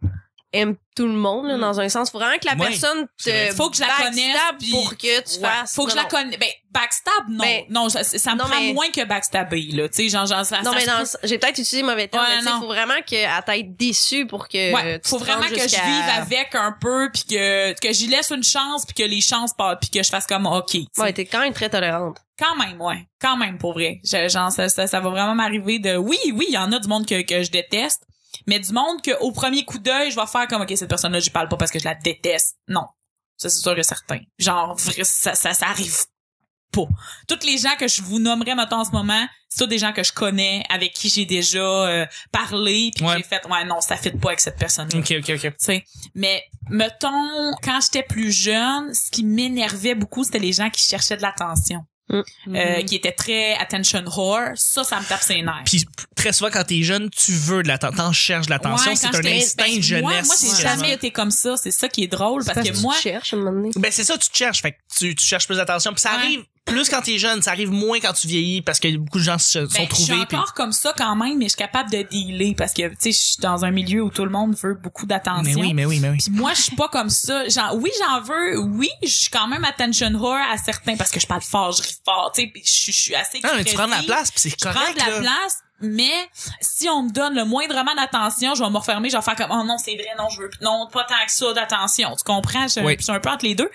Speaker 5: aime tout le monde, là,
Speaker 3: Mm.
Speaker 5: dans un sens. Faut vraiment que la
Speaker 1: Ouais.
Speaker 5: personne
Speaker 1: C'est
Speaker 5: te.
Speaker 1: vrai.
Speaker 3: faut que je la
Speaker 5: backstab
Speaker 3: connaisse puis-
Speaker 5: Pour que tu
Speaker 3: Ouais.
Speaker 5: fasses.
Speaker 3: Faut que je
Speaker 5: Non,
Speaker 3: la
Speaker 5: non.
Speaker 3: connaisse. Ben backstab non,
Speaker 5: Ben,
Speaker 3: non, ça, ça me
Speaker 5: non,
Speaker 3: prend
Speaker 5: mais-
Speaker 3: moins que backstabber là, tu sais genre, genre ça, Ah,
Speaker 5: Non,
Speaker 3: ça
Speaker 5: mais
Speaker 3: se
Speaker 5: dans
Speaker 3: peut-
Speaker 5: le sens- j'ai peut-être utilisé mauvais terme,
Speaker 3: Ouais,
Speaker 5: mais tu sais,
Speaker 3: non.
Speaker 5: faut vraiment qu'elle t'aille déçue pour que.
Speaker 3: Ouais,
Speaker 5: tu
Speaker 3: faut
Speaker 5: te
Speaker 3: vraiment
Speaker 5: rendes
Speaker 3: que je
Speaker 5: jusqu'à-
Speaker 3: vive avec un peu puis que que j'y laisse une chance puis que les chances passent puis que je fasse comme OK. tu sais.
Speaker 5: Ouais, t'es quand même très tolérante.
Speaker 3: Quand même, ouais. Quand même, pour vrai. Je- genre, ça, ça, ça va vraiment m'arriver de... Oui, oui, il y en a du monde que, que je déteste, mais du monde que au premier coup d'œil, je vais faire comme, OK, cette personne-là, je parle pas parce que je la déteste. Non. Ça, c'est sûr que certain. Genre, vrai, ça, ça, ça arrive pas. Toutes les gens que je vous nommerais, maintenant en ce moment, c'est tous des gens que je connais, avec qui j'ai déjà euh, parlé, puis que
Speaker 1: Ouais.
Speaker 3: j'ai fait, ouais, non, ça fit pas avec cette personne-là
Speaker 1: Ok, ok, ok.
Speaker 3: tu sais. Mais mettons, quand j'étais plus jeune, ce qui m'énervait beaucoup, c'était les gens qui cherchaient de l'attention,
Speaker 4: Mm-hmm.
Speaker 3: Euh, qui étaient très attention whore. Ça, ça me tape ses nerfs.
Speaker 1: Mm-hmm. Puis p- très souvent, quand t'es jeune, tu veux de l'attention, t'en cherches de l'attention.
Speaker 3: Ouais,
Speaker 1: c'est
Speaker 3: quand
Speaker 1: un
Speaker 3: j'étais-
Speaker 1: instinct
Speaker 3: ben,
Speaker 1: de jeunesse.
Speaker 3: Moi, moi j'ai
Speaker 1: quasiment.
Speaker 3: jamais été comme ça. C'est ça qui est drôle parce, que,
Speaker 5: tu
Speaker 3: moi,
Speaker 5: te cherches à un moment donné.
Speaker 1: Ben c'est ça, tu te cherches. Fait que tu, tu cherches plus d'attention. Puis ça
Speaker 3: Ouais.
Speaker 1: arrive plus quand t'es jeune, ça arrive moins quand tu vieillis parce que beaucoup de gens se
Speaker 3: ben,
Speaker 1: sont
Speaker 3: je suis
Speaker 1: trouvés. puis-
Speaker 3: encore comme ça quand même, mais je suis capable de dealer parce que, tu sais, je suis dans un milieu où tout le monde veut beaucoup
Speaker 1: Mais
Speaker 3: d'attention.
Speaker 1: oui, mais oui, mais oui.
Speaker 3: Puis moi, je suis pas comme ça. Genre, oui, j'en veux. Oui, je suis quand même attention whore à certains parce que je parle fort, je ris fort, tu sais, puis je je suis assez
Speaker 1: Non, mais tu prends de la
Speaker 3: expressive.
Speaker 1: place, puis c'est
Speaker 3: je prends
Speaker 1: correct.
Speaker 3: de la
Speaker 1: là.
Speaker 3: place, mais si on me donne le moindrement d'attention, je vais me refermer, je vais faire comme, oh non, c'est vrai, non, je veux, non, pas tant que ça d'attention. Tu comprends? Je,
Speaker 1: Oui.
Speaker 3: je suis un peu entre les deux.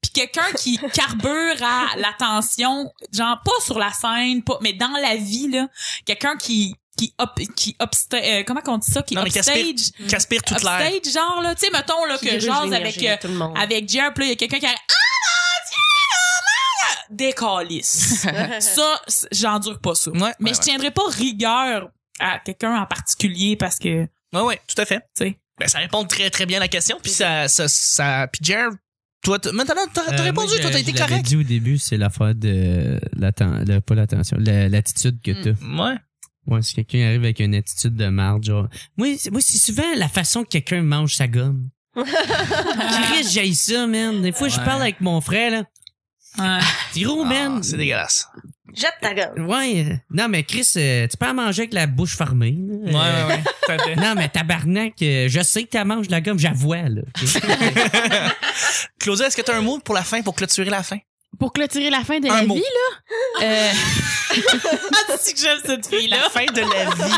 Speaker 3: Puis quelqu'un qui carbure à l'attention, genre, pas sur la scène, pas, mais dans la vie, là, quelqu'un qui, qui, op, qui obsta- euh, comment qu'on dit ça, qui
Speaker 1: Non, mais
Speaker 3: upstage,
Speaker 1: qu'aspire- qu'aspire toute l'air.
Speaker 3: upstage, genre, là, tu sais, mettons, là,
Speaker 5: Qui
Speaker 3: que
Speaker 5: gruge
Speaker 3: j'ose
Speaker 5: l'énergie
Speaker 3: avec,
Speaker 5: de
Speaker 3: euh,
Speaker 5: tout le monde.
Speaker 3: avec Jer, puis là, il y a quelqu'un qui arrive, ah, mon Dieu, oh, mon Dieu! Décalisse. ça, c'est- j'endure pas ça.
Speaker 1: Ouais, ouais,
Speaker 3: Mais
Speaker 1: ouais.
Speaker 3: je tiendrai pas rigueur à quelqu'un en particulier parce que, tu
Speaker 1: Ouais, ouais, tout à fait.
Speaker 3: sais.
Speaker 1: Ben, ça répond très, très bien à la question. Puis ça, ça, ça, puis Jer Toi, t- maintenant, t'as t'as
Speaker 2: Euh,
Speaker 1: répondu,
Speaker 2: moi,
Speaker 1: toi, t'as
Speaker 2: je-
Speaker 1: été
Speaker 2: je l'avais
Speaker 1: correct.
Speaker 2: dit au début, c'est l'affaire de l'attention, pas l'attention, la- l'attitude que
Speaker 5: Mm.
Speaker 2: t'as.
Speaker 1: Ouais.
Speaker 2: Ouais, si quelqu'un arrive avec une attitude de marde, genre. Moi, c'est- moi c'est souvent la façon que quelqu'un mange sa gomme. Chris, j'aille ça, man. Des fois, je
Speaker 1: Ouais.
Speaker 2: parle avec mon frère, là.
Speaker 3: Ouais.
Speaker 2: Dis gros,
Speaker 1: Ah,
Speaker 2: man.
Speaker 1: c'est dégueulasse.
Speaker 5: Jette ta gueule.
Speaker 2: Ouais. euh, Non, mais Chris, euh, tu peux en manger avec la bouche fermée. là.
Speaker 1: Ouais,
Speaker 2: Euh,
Speaker 1: ouais, ouais. T'as fait.
Speaker 2: Non, mais tabarnak, euh, je sais que t'as mangé de la gomme, j'avoue, là. Ben
Speaker 1: Claudia, est-ce que t'as un mot pour la fin, pour clôturer la fin?
Speaker 4: Pour clôturer la fin de
Speaker 1: Un
Speaker 4: la
Speaker 1: mot.
Speaker 4: vie, là, euh,
Speaker 3: Ah, tu sais que j'aime cette
Speaker 1: La
Speaker 3: fille-là.
Speaker 1: fin de la vie.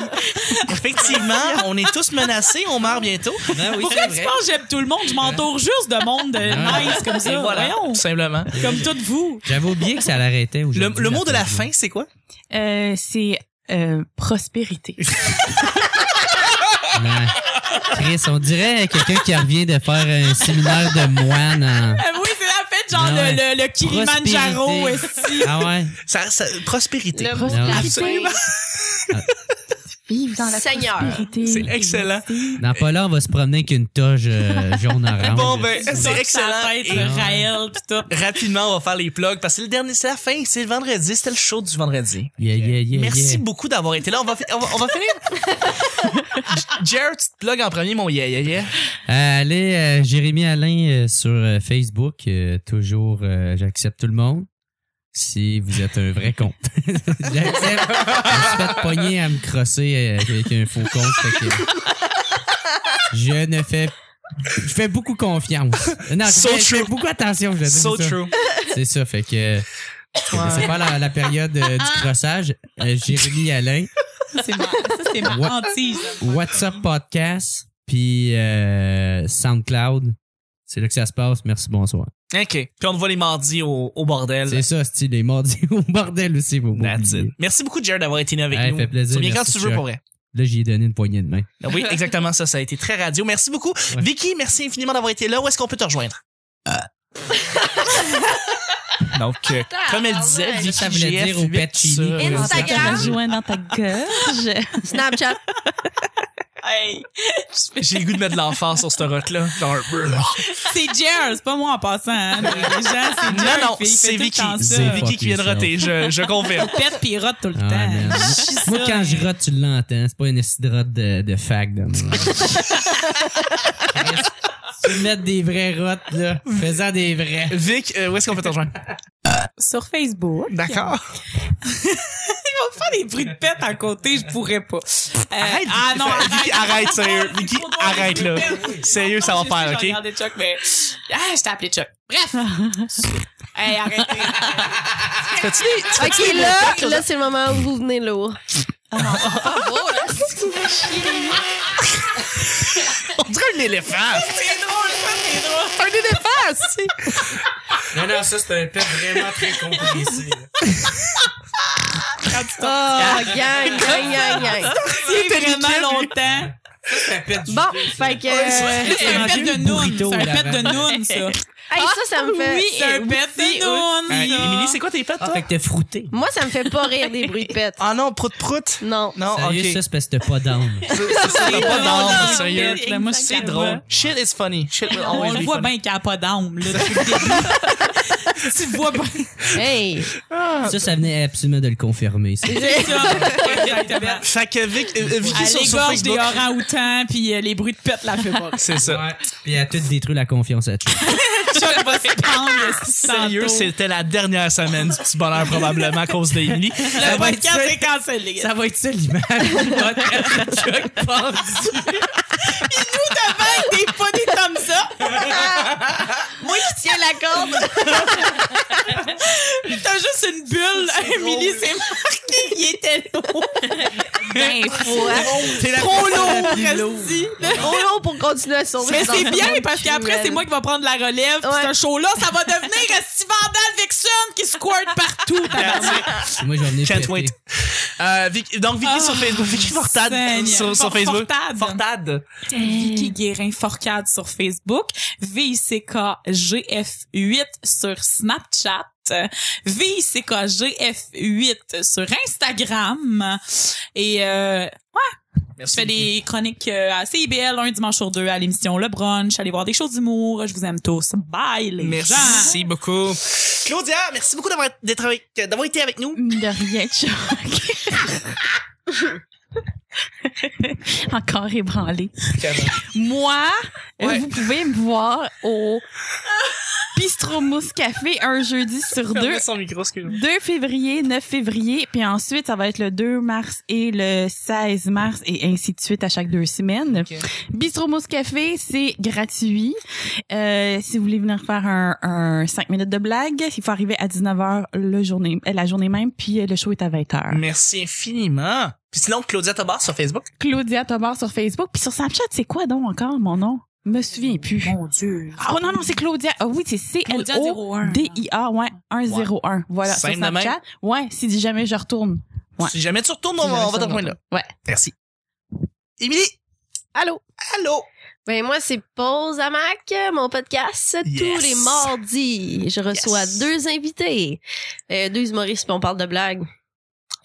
Speaker 1: Effectivement, on est tous menacés, on meurt bientôt.
Speaker 2: non, oui,
Speaker 3: Pourquoi tu penses que j'aime tout le monde? Je m'entoure juste de monde de
Speaker 2: Ouais.
Speaker 3: nice comme
Speaker 1: Et
Speaker 3: ça.
Speaker 1: voilà,
Speaker 3: Voyons.
Speaker 1: tout simplement.
Speaker 3: Comme toutes vous.
Speaker 2: J'avais oublié que ça l'arrêtait
Speaker 1: Le,
Speaker 2: aujourd'hui.
Speaker 1: le mot de la fin, c'est quoi?
Speaker 4: euh, c'est euh, prospérité.
Speaker 2: Ouais. Chris, on dirait quelqu'un qui revient de faire un séminaire de moine en...
Speaker 3: Euh, oui, c'est la fête, genre
Speaker 2: Ouais.
Speaker 3: le, le, le Kilimanjaro.
Speaker 2: Prospérité.
Speaker 3: esti.
Speaker 2: Ah ouais?
Speaker 1: Ça, ça- prospérité.
Speaker 4: Prospérité.
Speaker 1: Absolument.
Speaker 4: Vive dans la
Speaker 5: Seigneur.
Speaker 4: prospérité.
Speaker 1: C'est excellent.
Speaker 2: Dans pas là, on va se promener avec une toge euh, jaune-orange.
Speaker 1: Bon, ben,
Speaker 3: Toc sur
Speaker 1: c'est
Speaker 3: la
Speaker 1: excellent.
Speaker 3: tête,
Speaker 1: Et
Speaker 3: le Raël, pis tout.
Speaker 1: rapidement, on va faire les plugs parce que c'est le dernier, c'est la fin, c'est le vendredi, c'était le show du vendredi.
Speaker 2: Yeah, yeah, yeah,
Speaker 1: Merci
Speaker 2: yeah.
Speaker 1: beaucoup d'avoir été là. On va, fi- on va, on va finir. J- Jared, tu te plugs en premier, mon yeah, yeah, yeah.
Speaker 2: Euh, allez, euh, Jérémy Alain euh, sur euh, Facebook. euh, toujours, euh, j'accepte tout le monde. Si vous êtes un vrai compte. j'accepte. Je me suis fait pogner à me crosser euh, avec un faux compte. fait que je ne fais... Je fais beaucoup confiance. Non, je,
Speaker 1: So
Speaker 2: fais, je
Speaker 1: true.
Speaker 2: fais beaucoup attention. Je veux dire,
Speaker 1: So
Speaker 2: c'est ça.
Speaker 1: true.
Speaker 2: C'est ça, fait que... C'est pas la, la période
Speaker 1: Ah.
Speaker 2: euh, du crossage. Euh, Jérémy Alain.
Speaker 3: C'est ma, ça, c'est ma
Speaker 2: What?
Speaker 3: hantise.
Speaker 2: What's Up Podcast, puis euh, SoundCloud. C'est là que ça se passe. Merci, bonsoir.
Speaker 1: OK. Puis on te voit les mardis au, au bordel.
Speaker 2: C'est ça, style les mardis au bordel aussi, vous
Speaker 1: That's it. Merci beaucoup, Jared, d'avoir été là avec
Speaker 2: Hey,
Speaker 1: nous.
Speaker 2: fait plaisir.
Speaker 1: Tu reviens quand
Speaker 2: Merci,
Speaker 1: tu veux,
Speaker 2: Chuck.
Speaker 1: pour vrai.
Speaker 2: Là, j'y ai donné une poignée de main.
Speaker 1: Ah Oui, exactement ça. Ça a été très radio. Merci beaucoup.
Speaker 2: Ouais.
Speaker 1: Vicky, merci infiniment d'avoir été là. Où est-ce qu'on peut te rejoindre? Euh. Donc, euh, comme elle disait,
Speaker 5: Ça,
Speaker 1: Vicky
Speaker 2: ça voulait
Speaker 1: GF8
Speaker 2: dire au pet chili.
Speaker 1: sur
Speaker 5: Instagram.
Speaker 4: Rejoins dans ta gorge.
Speaker 5: Snapchat.
Speaker 3: Hey.
Speaker 1: J'ai le goût de mettre de l'enfant sur ce route-là. Genre,
Speaker 3: C'est Jer, c'est pas moi en passant. Hein. Les gens, c'est
Speaker 1: Non,
Speaker 3: Jer,
Speaker 1: non,
Speaker 3: puis il fait
Speaker 1: c'est
Speaker 3: tout le
Speaker 1: Vicky.
Speaker 3: temps ça.
Speaker 1: C'est
Speaker 2: Zéro.
Speaker 1: Vicky qui vient de roter, je, je confirme.
Speaker 3: Pète pis rote tout le
Speaker 2: Ah, man.
Speaker 3: temps. Je suis
Speaker 2: Moi,
Speaker 3: ça,
Speaker 2: quand je
Speaker 3: hein.
Speaker 2: rote, tu l'entends. C'est pas une esti de rote de, de fag. là. Tu mets des vrais rotes, là. Faisant des vrais.
Speaker 1: Vic, euh, où est-ce qu'on peut te rejoindre? Euh,
Speaker 3: Sur Facebook.
Speaker 1: D'accord.
Speaker 3: Ils vont faire des bruits de pète à côté, je pourrais pas. Euh,
Speaker 1: Arrête,
Speaker 3: ah non,
Speaker 1: Vicky, Vicky, arrête, sérieux.
Speaker 3: Arrête,
Speaker 1: Vicky,
Speaker 3: faut pas
Speaker 1: arrête, là.
Speaker 3: arrêter de perdre.
Speaker 1: Sérieux, ça va
Speaker 3: Je sais,
Speaker 1: faire,
Speaker 3: J'ai
Speaker 1: OK?
Speaker 3: regardé Chuck, mais... Ah, je t'ai appelé Chuck. Bref. hey, arrêtez.
Speaker 1: Fais-tu des- tu fais-tu
Speaker 5: Ok,
Speaker 1: des
Speaker 5: là,
Speaker 1: bons trucs,
Speaker 5: là c'est le moment où vous venez
Speaker 3: Oh,
Speaker 5: lourd.
Speaker 1: On dirait un éléphant.
Speaker 3: C'est drôle, ça, c'est drôle.
Speaker 1: Un éléphant, c'est...
Speaker 2: Non, non, ça, c'est un pet vraiment très compressé.
Speaker 5: Oh, gang, gang, gang, gang.
Speaker 3: C'est
Speaker 1: nickel,
Speaker 3: vraiment
Speaker 1: lui.
Speaker 3: longtemps.
Speaker 5: Bon, fait que.
Speaker 3: Oh,
Speaker 5: euh,
Speaker 3: Là, c'est un pet
Speaker 2: mangé
Speaker 3: de
Speaker 2: une
Speaker 3: noun.
Speaker 2: burrito,
Speaker 3: C'est un
Speaker 2: là,
Speaker 3: pet de
Speaker 2: avant.
Speaker 3: noun, ça.
Speaker 5: hey, ça, ça me fait.
Speaker 3: Oui,
Speaker 5: ça-
Speaker 3: un pet de noun.
Speaker 1: Euh,
Speaker 3: ça.
Speaker 1: Émilie, c'est quoi tes pets,
Speaker 2: Ah,
Speaker 1: toi?
Speaker 2: fait que t'es frouté.
Speaker 5: Moi, ça me fait pas rire des bruits de pète.
Speaker 1: Ah non, prout-prout.
Speaker 5: Non.
Speaker 1: Non,
Speaker 2: Sérieux,
Speaker 1: OK.
Speaker 2: ça, c'est parce que t'as pas d'âme.
Speaker 1: T'as pas
Speaker 3: Non,
Speaker 1: d'âme,
Speaker 3: non,
Speaker 1: sérieux.
Speaker 3: mais- moi, je
Speaker 1: C'est
Speaker 3: sais
Speaker 1: drôle. Shit is funny. Shit will
Speaker 3: On
Speaker 1: always
Speaker 3: le
Speaker 1: be
Speaker 3: voit
Speaker 1: funny.
Speaker 3: bien qu'il n'y a pas d'âme, là, depuis le début. Tu le vois bien.
Speaker 5: Hey.
Speaker 2: Ça, ça venait absolument de le confirmer. ça.
Speaker 3: C'est ça. Exactement.
Speaker 1: Fait que Vic, euh, euh, Vicky
Speaker 3: Elle
Speaker 1: sur, sur
Speaker 3: égorge des
Speaker 1: Facebook.
Speaker 3: orangs-outans, puis euh, les bruits de pète la fait pas.
Speaker 1: C'est ça.
Speaker 2: Puis elle a tout détruit la confiance à Chuck.
Speaker 3: Chuck va se prendre, esti,
Speaker 1: Sérieux,
Speaker 3: tantôt.
Speaker 1: c'était la dernière semaine du petit bonheur probablement à cause d'Émilie.
Speaker 3: Le
Speaker 1: Ça va être
Speaker 3: podcast est cancellé.
Speaker 2: Ça va être ça l'image du podcast de Chuck
Speaker 3: va des pas des comme ça.
Speaker 5: Moi qui tiens la corde.
Speaker 3: T'as juste une bulle. Émilie, c'est marqué. Il était lourd.
Speaker 5: Ben,
Speaker 1: T'es la
Speaker 3: Trop lourd,
Speaker 1: personne la plus lourde.
Speaker 3: esti.
Speaker 5: Trop long pour continuer à sauver.
Speaker 3: Mais
Speaker 5: dans
Speaker 3: c'est
Speaker 5: ce
Speaker 3: bien
Speaker 5: monde
Speaker 3: parce qu'après,
Speaker 5: cruel.
Speaker 3: c'est moi qui va prendre la relève. Puis
Speaker 5: Ouais.
Speaker 3: Ce show-là, ça va devenir esti Vandal Vixen qui squirt partout. tabarnak.
Speaker 2: Moi, je vais venir
Speaker 1: Can't
Speaker 2: péter.
Speaker 1: wait. Euh, Vic- donc Vicky
Speaker 3: Ah,
Speaker 1: sur Facebook, Vicky Fortade
Speaker 3: Seigneur.
Speaker 1: sur, sur
Speaker 3: For-
Speaker 1: Facebook.
Speaker 3: Fortade.
Speaker 1: Fortade. Eh.
Speaker 3: Vicky Guérin Forcade sur Facebook, VICK GF8 sur Snapchat. VICKGF8 sur Instagram. Et euh, je
Speaker 1: Merci.
Speaker 3: fais des chroniques euh, à CIBL un dimanche sur deux à l'émission Le Brunch. Allez voir des shows d'humour. Je vous aime tous. Bye les gens.
Speaker 1: Merci beaucoup. Claudia, merci beaucoup d'avoir d'être avec- d'avoir été avec nous.
Speaker 4: De rien, Chuck. Encore ébranlé. Moi,
Speaker 1: Ouais.
Speaker 4: vous pouvez me voir au Bistro Mousse Café un jeudi sur deux.
Speaker 1: Fermez son micro, excuse-moi.
Speaker 4: 2 février, 9 février, puis ensuite, ça va être le 2 mars et le 16 mars, et ainsi de suite à chaque deux semaines.
Speaker 1: Ok.
Speaker 4: Bistro Mousse Café, c'est gratuit. Euh, si vous voulez venir faire un, un 5 minutes de blague, il faut arriver à 19h le journée, euh, la journée même, puis euh, le show est à 20h.
Speaker 1: Merci infiniment. Puis sinon, Claudia Tobar sur Facebook.
Speaker 4: Claudia Tobar sur Facebook, puis sur Snapchat, c'est quoi donc encore mon nom? Me souviens plus.
Speaker 3: Mon Dieu.
Speaker 4: Oh non, non, c'est Claudia. Ah oui, c'est
Speaker 3: Claudia
Speaker 4: C-L-O.
Speaker 3: 01.
Speaker 4: D-I-A, ouais, 101. Voilà, sur
Speaker 1: Simple de même.
Speaker 4: Snapchat. Ouais, si jamais je retourne. Ouais.
Speaker 1: Si jamais tu retournes, on va, on va te rejoindre là.
Speaker 4: Ouais.
Speaker 1: Merci. Émilie,
Speaker 5: Allô?
Speaker 1: allô?
Speaker 5: Ben moi, c'est Pause à Mac, mon podcast,
Speaker 1: Yes.
Speaker 5: tous les mardis. Je reçois
Speaker 1: Yes.
Speaker 5: deux invités, euh, deux humoristes, puis on parle de blagues.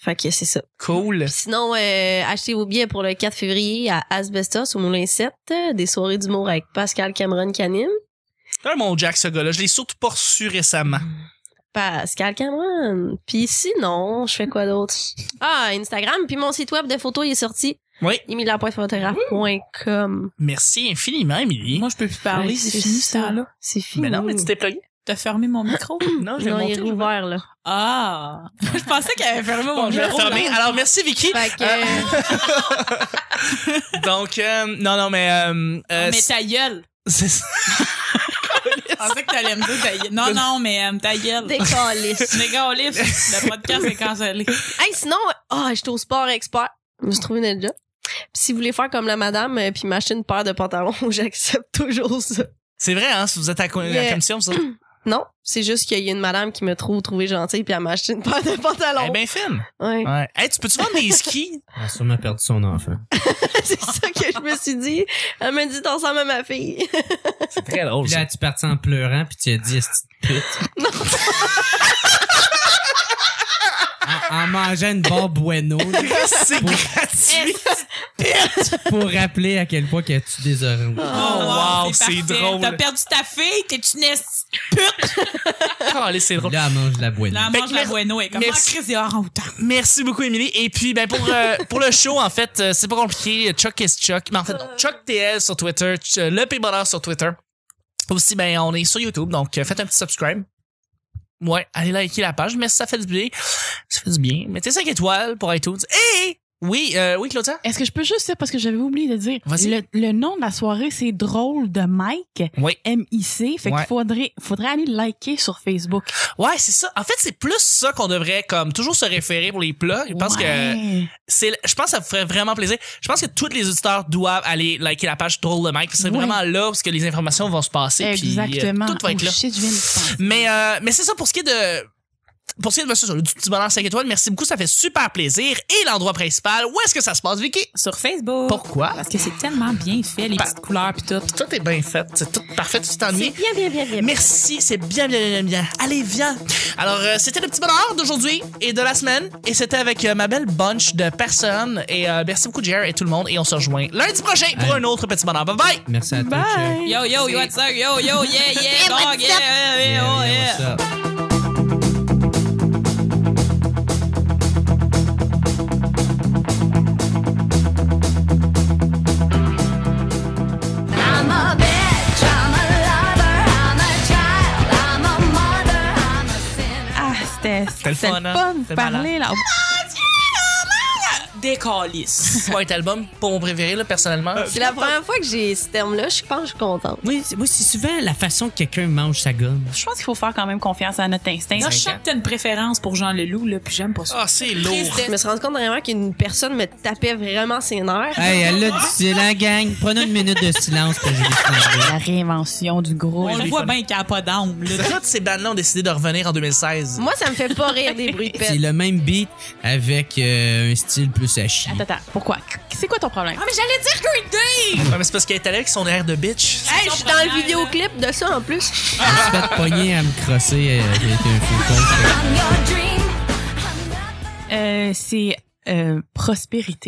Speaker 5: Fait que c'est ça.
Speaker 1: Cool.
Speaker 5: Puis sinon, euh, achetez vos billets pour le 4 février à Asbestos au Moulin 7, euh, des soirées d'humour avec Pascal Cameron Canine.
Speaker 1: C'est un mon Jack, ce gars-là. Je l'ai surtout pas reçu récemment.
Speaker 5: Pascal Cameron. Puis sinon, je fais quoi d'autre? Ah, Instagram, puis mon site web de photos, il est sorti.
Speaker 1: Oui.
Speaker 5: emilia.photographe.com.
Speaker 1: Merci infiniment, Émilie.
Speaker 3: Moi, je peux plus parler.
Speaker 5: Ouais,
Speaker 3: C'est fini ce temps-là.
Speaker 5: C'est fini.
Speaker 1: Mais non, mais tu t'es plugué.
Speaker 3: T'as fermé mon micro?
Speaker 1: Mmh. Non, je vais
Speaker 5: Non, il
Speaker 1: monter.
Speaker 5: est
Speaker 1: je vais-
Speaker 5: rouvert, là.
Speaker 3: Ah! je pensais qu'elle avait fermé mon
Speaker 1: Bon, je vais
Speaker 3: micro.
Speaker 1: fermer. Alors, merci, Vicky.
Speaker 5: Fait que,
Speaker 1: Donc, euh, non, non, mais... Euh, euh,
Speaker 3: mais ta gueule.
Speaker 1: c'est-
Speaker 3: Je pensais que t'allais me dire ta gueule. Non, non, mais euh, ta gueule.
Speaker 5: décaliste.
Speaker 3: Méga Olive, le podcast est cancellé.
Speaker 1: Oh,
Speaker 5: hey, sinon, ah, j'étais au sport expert. Je me suis trouvé une job. Puis si vous voulez faire comme la madame euh, puis m'acheter une paire de pantalons, j'accepte toujours ça.
Speaker 1: c'est vrai, hein, si vous êtes à la
Speaker 5: Yeah.
Speaker 1: commission, ça.
Speaker 5: Non, c'est juste qu'il y a une madame qui me trouve trouvée gentille puis elle m'a acheté une paire de
Speaker 2: ben.
Speaker 5: pantalons.
Speaker 1: Eh bien, fine.
Speaker 5: Ouais.
Speaker 2: Ah.
Speaker 1: Ouais. Hey, tu peux-tu vendre des skis?
Speaker 2: Elle a sûrement perdu son enfant.
Speaker 5: c'est ça que je me suis dit. Elle me dit, t'en ressembles à ma fille.
Speaker 1: C'est très drôle,
Speaker 2: Puis
Speaker 1: ça.
Speaker 2: là, tu parti en pleurant, puis tu as dit, est-ce que tu putes? en, en mangeant une barre bueno, là,
Speaker 1: c'est gratuit.
Speaker 2: pour rappeler à quel point que tu désorange.
Speaker 1: Oh, wow, c'est
Speaker 3: parfait.
Speaker 1: drôle.
Speaker 3: T'as perdu ta fille, t'es une esti-
Speaker 1: Calais, Oh, c'est drôle.
Speaker 2: Là, elle mange de la bueno.
Speaker 3: Là,
Speaker 1: Fait
Speaker 3: mange
Speaker 1: que
Speaker 3: la
Speaker 1: merci-
Speaker 3: bueno et comme ah,
Speaker 1: merci.
Speaker 3: Chris il est hors en outan.
Speaker 1: Merci beaucoup, Émilie. Et puis, ben, pour, euh, pour le show, en fait, euh, c'est pas compliqué. Chuck is Chuck. Mais en fait, non. Chuck TL sur Twitter. Ch- euh, Le P Bonheur sur Twitter. Aussi, ben, on est sur YouTube. Donc, euh, faites un petit subscribe. Ouais, allez liker la page. Mais ça fait du bien. Ça fait du bien. Mettez 5 étoiles pour iTunes. Et, oui, euh, oui, Claudia?
Speaker 4: Est-ce que je peux juste dire, parce que j'avais oublié de dire,
Speaker 1: Vas-y.
Speaker 4: le, le nom de la soirée, c'est Drôle de Mike,
Speaker 1: Oui.
Speaker 4: M-I-C, fait
Speaker 1: Ouais.
Speaker 4: qu'il faudrait, faudrait aller liker sur Facebook.
Speaker 1: Ouais, c'est ça. En fait, c'est plus ça qu'on devrait, comme, toujours se référer pour les plats. Je pense que, c'est je pense que ça vous ferait vraiment plaisir je pense que tous les auditeurs doivent aller liker la page Drôle de Mike parce que c'est
Speaker 4: Ouais.
Speaker 1: vraiment là parce que les informations vont se passer
Speaker 4: Exactement.
Speaker 1: puis euh, tout va être
Speaker 4: Oh
Speaker 1: là
Speaker 4: shit, je viens de penser.
Speaker 1: mais euh, mais c'est ça pour ce qui est de pour ce qui est de monsieur sur le- du petit bonheur 5 étoiles merci beaucoup ça fait super plaisir et l'endroit principal où est-ce que ça se passe Vicky
Speaker 3: Sur Facebook.
Speaker 1: pourquoi
Speaker 3: Parce que c'est tellement bien fait, les petites couleurs pis tout.
Speaker 1: tout est bien fait c'est tout parfait tout est ennuyé
Speaker 5: bien, bien, bien, bien.
Speaker 1: Merci, c'est bien, bien, bien, bien. Allez, viens. Alors, euh, c'était le petit bonheur d'aujourd'hui et de la semaine. Et c'était avec euh, ma belle bunch de personnes. Et euh, merci beaucoup, Jer et tout le monde. Et on se rejoint lundi prochain pour
Speaker 2: Allez.
Speaker 1: un autre petit bonheur. Bye bye!
Speaker 2: Merci à toi,
Speaker 1: Mmh.
Speaker 2: Chuck.
Speaker 3: Yo, yo, yo, what's up? Yo, yo, yeah, yeah, dog, yeah, yeah, yeah, oh,
Speaker 2: Yeah, yeah,
Speaker 3: yeah.
Speaker 2: what's up?
Speaker 6: I'm a bitch, I'm a lover, I'm a child, I'm a mother, I'm a sinner.
Speaker 4: Ah, c'était
Speaker 1: le
Speaker 4: c'était
Speaker 1: fun, hein?
Speaker 4: de
Speaker 1: C'était
Speaker 4: parler, là.
Speaker 3: Des calices.
Speaker 1: C'est pas un album pour mon préféré, là, personnellement.
Speaker 5: C'est la première fois que j'ai ce terme-là. Je pense que je suis contente.
Speaker 2: Moi, c'est- moi, c'est souvent Ah, la façon que quelqu'un mange sa gomme.
Speaker 4: Je pense qu'il faut faire quand même confiance à notre instinct.
Speaker 3: Là, je sens que t'as une préférence pour Jean Leloup, là, puis j'aime pas ça.
Speaker 1: Ah, c'est lourd.
Speaker 5: Je me suis rendu compte vraiment qu'une personne me tapait vraiment ses nerfs.
Speaker 2: Hey, elle l'a dit, c'est la gang. Prenez une minute de silence pour Julie Snyder.
Speaker 4: La réinvention du
Speaker 1: Ah,
Speaker 4: groupe.
Speaker 3: On le voit bien qu'il n'y a pas d'âme, là.
Speaker 1: Toutes ces bandes là ont décidé de revenir en 2016.
Speaker 5: Moi, ça me fait pas rire des bruits de
Speaker 2: C'est
Speaker 5: pète.
Speaker 2: le même beat avec euh, un style plus plus à chier.
Speaker 4: Attends, attends, pourquoi? C'est quoi ton problème?
Speaker 3: Ah, mais j'allais dire Green Day!
Speaker 1: Ouais, mais c'est parce qu'il y a Talek qui sont derrière de bitch.
Speaker 5: Hey, je suis dans le vidéoclip de ça en plus.
Speaker 2: Je me suis fait pogner à me crosser euh, avec un faucon.
Speaker 6: I'm your dream. I'm not
Speaker 4: Euh, c'est euh, prospérité.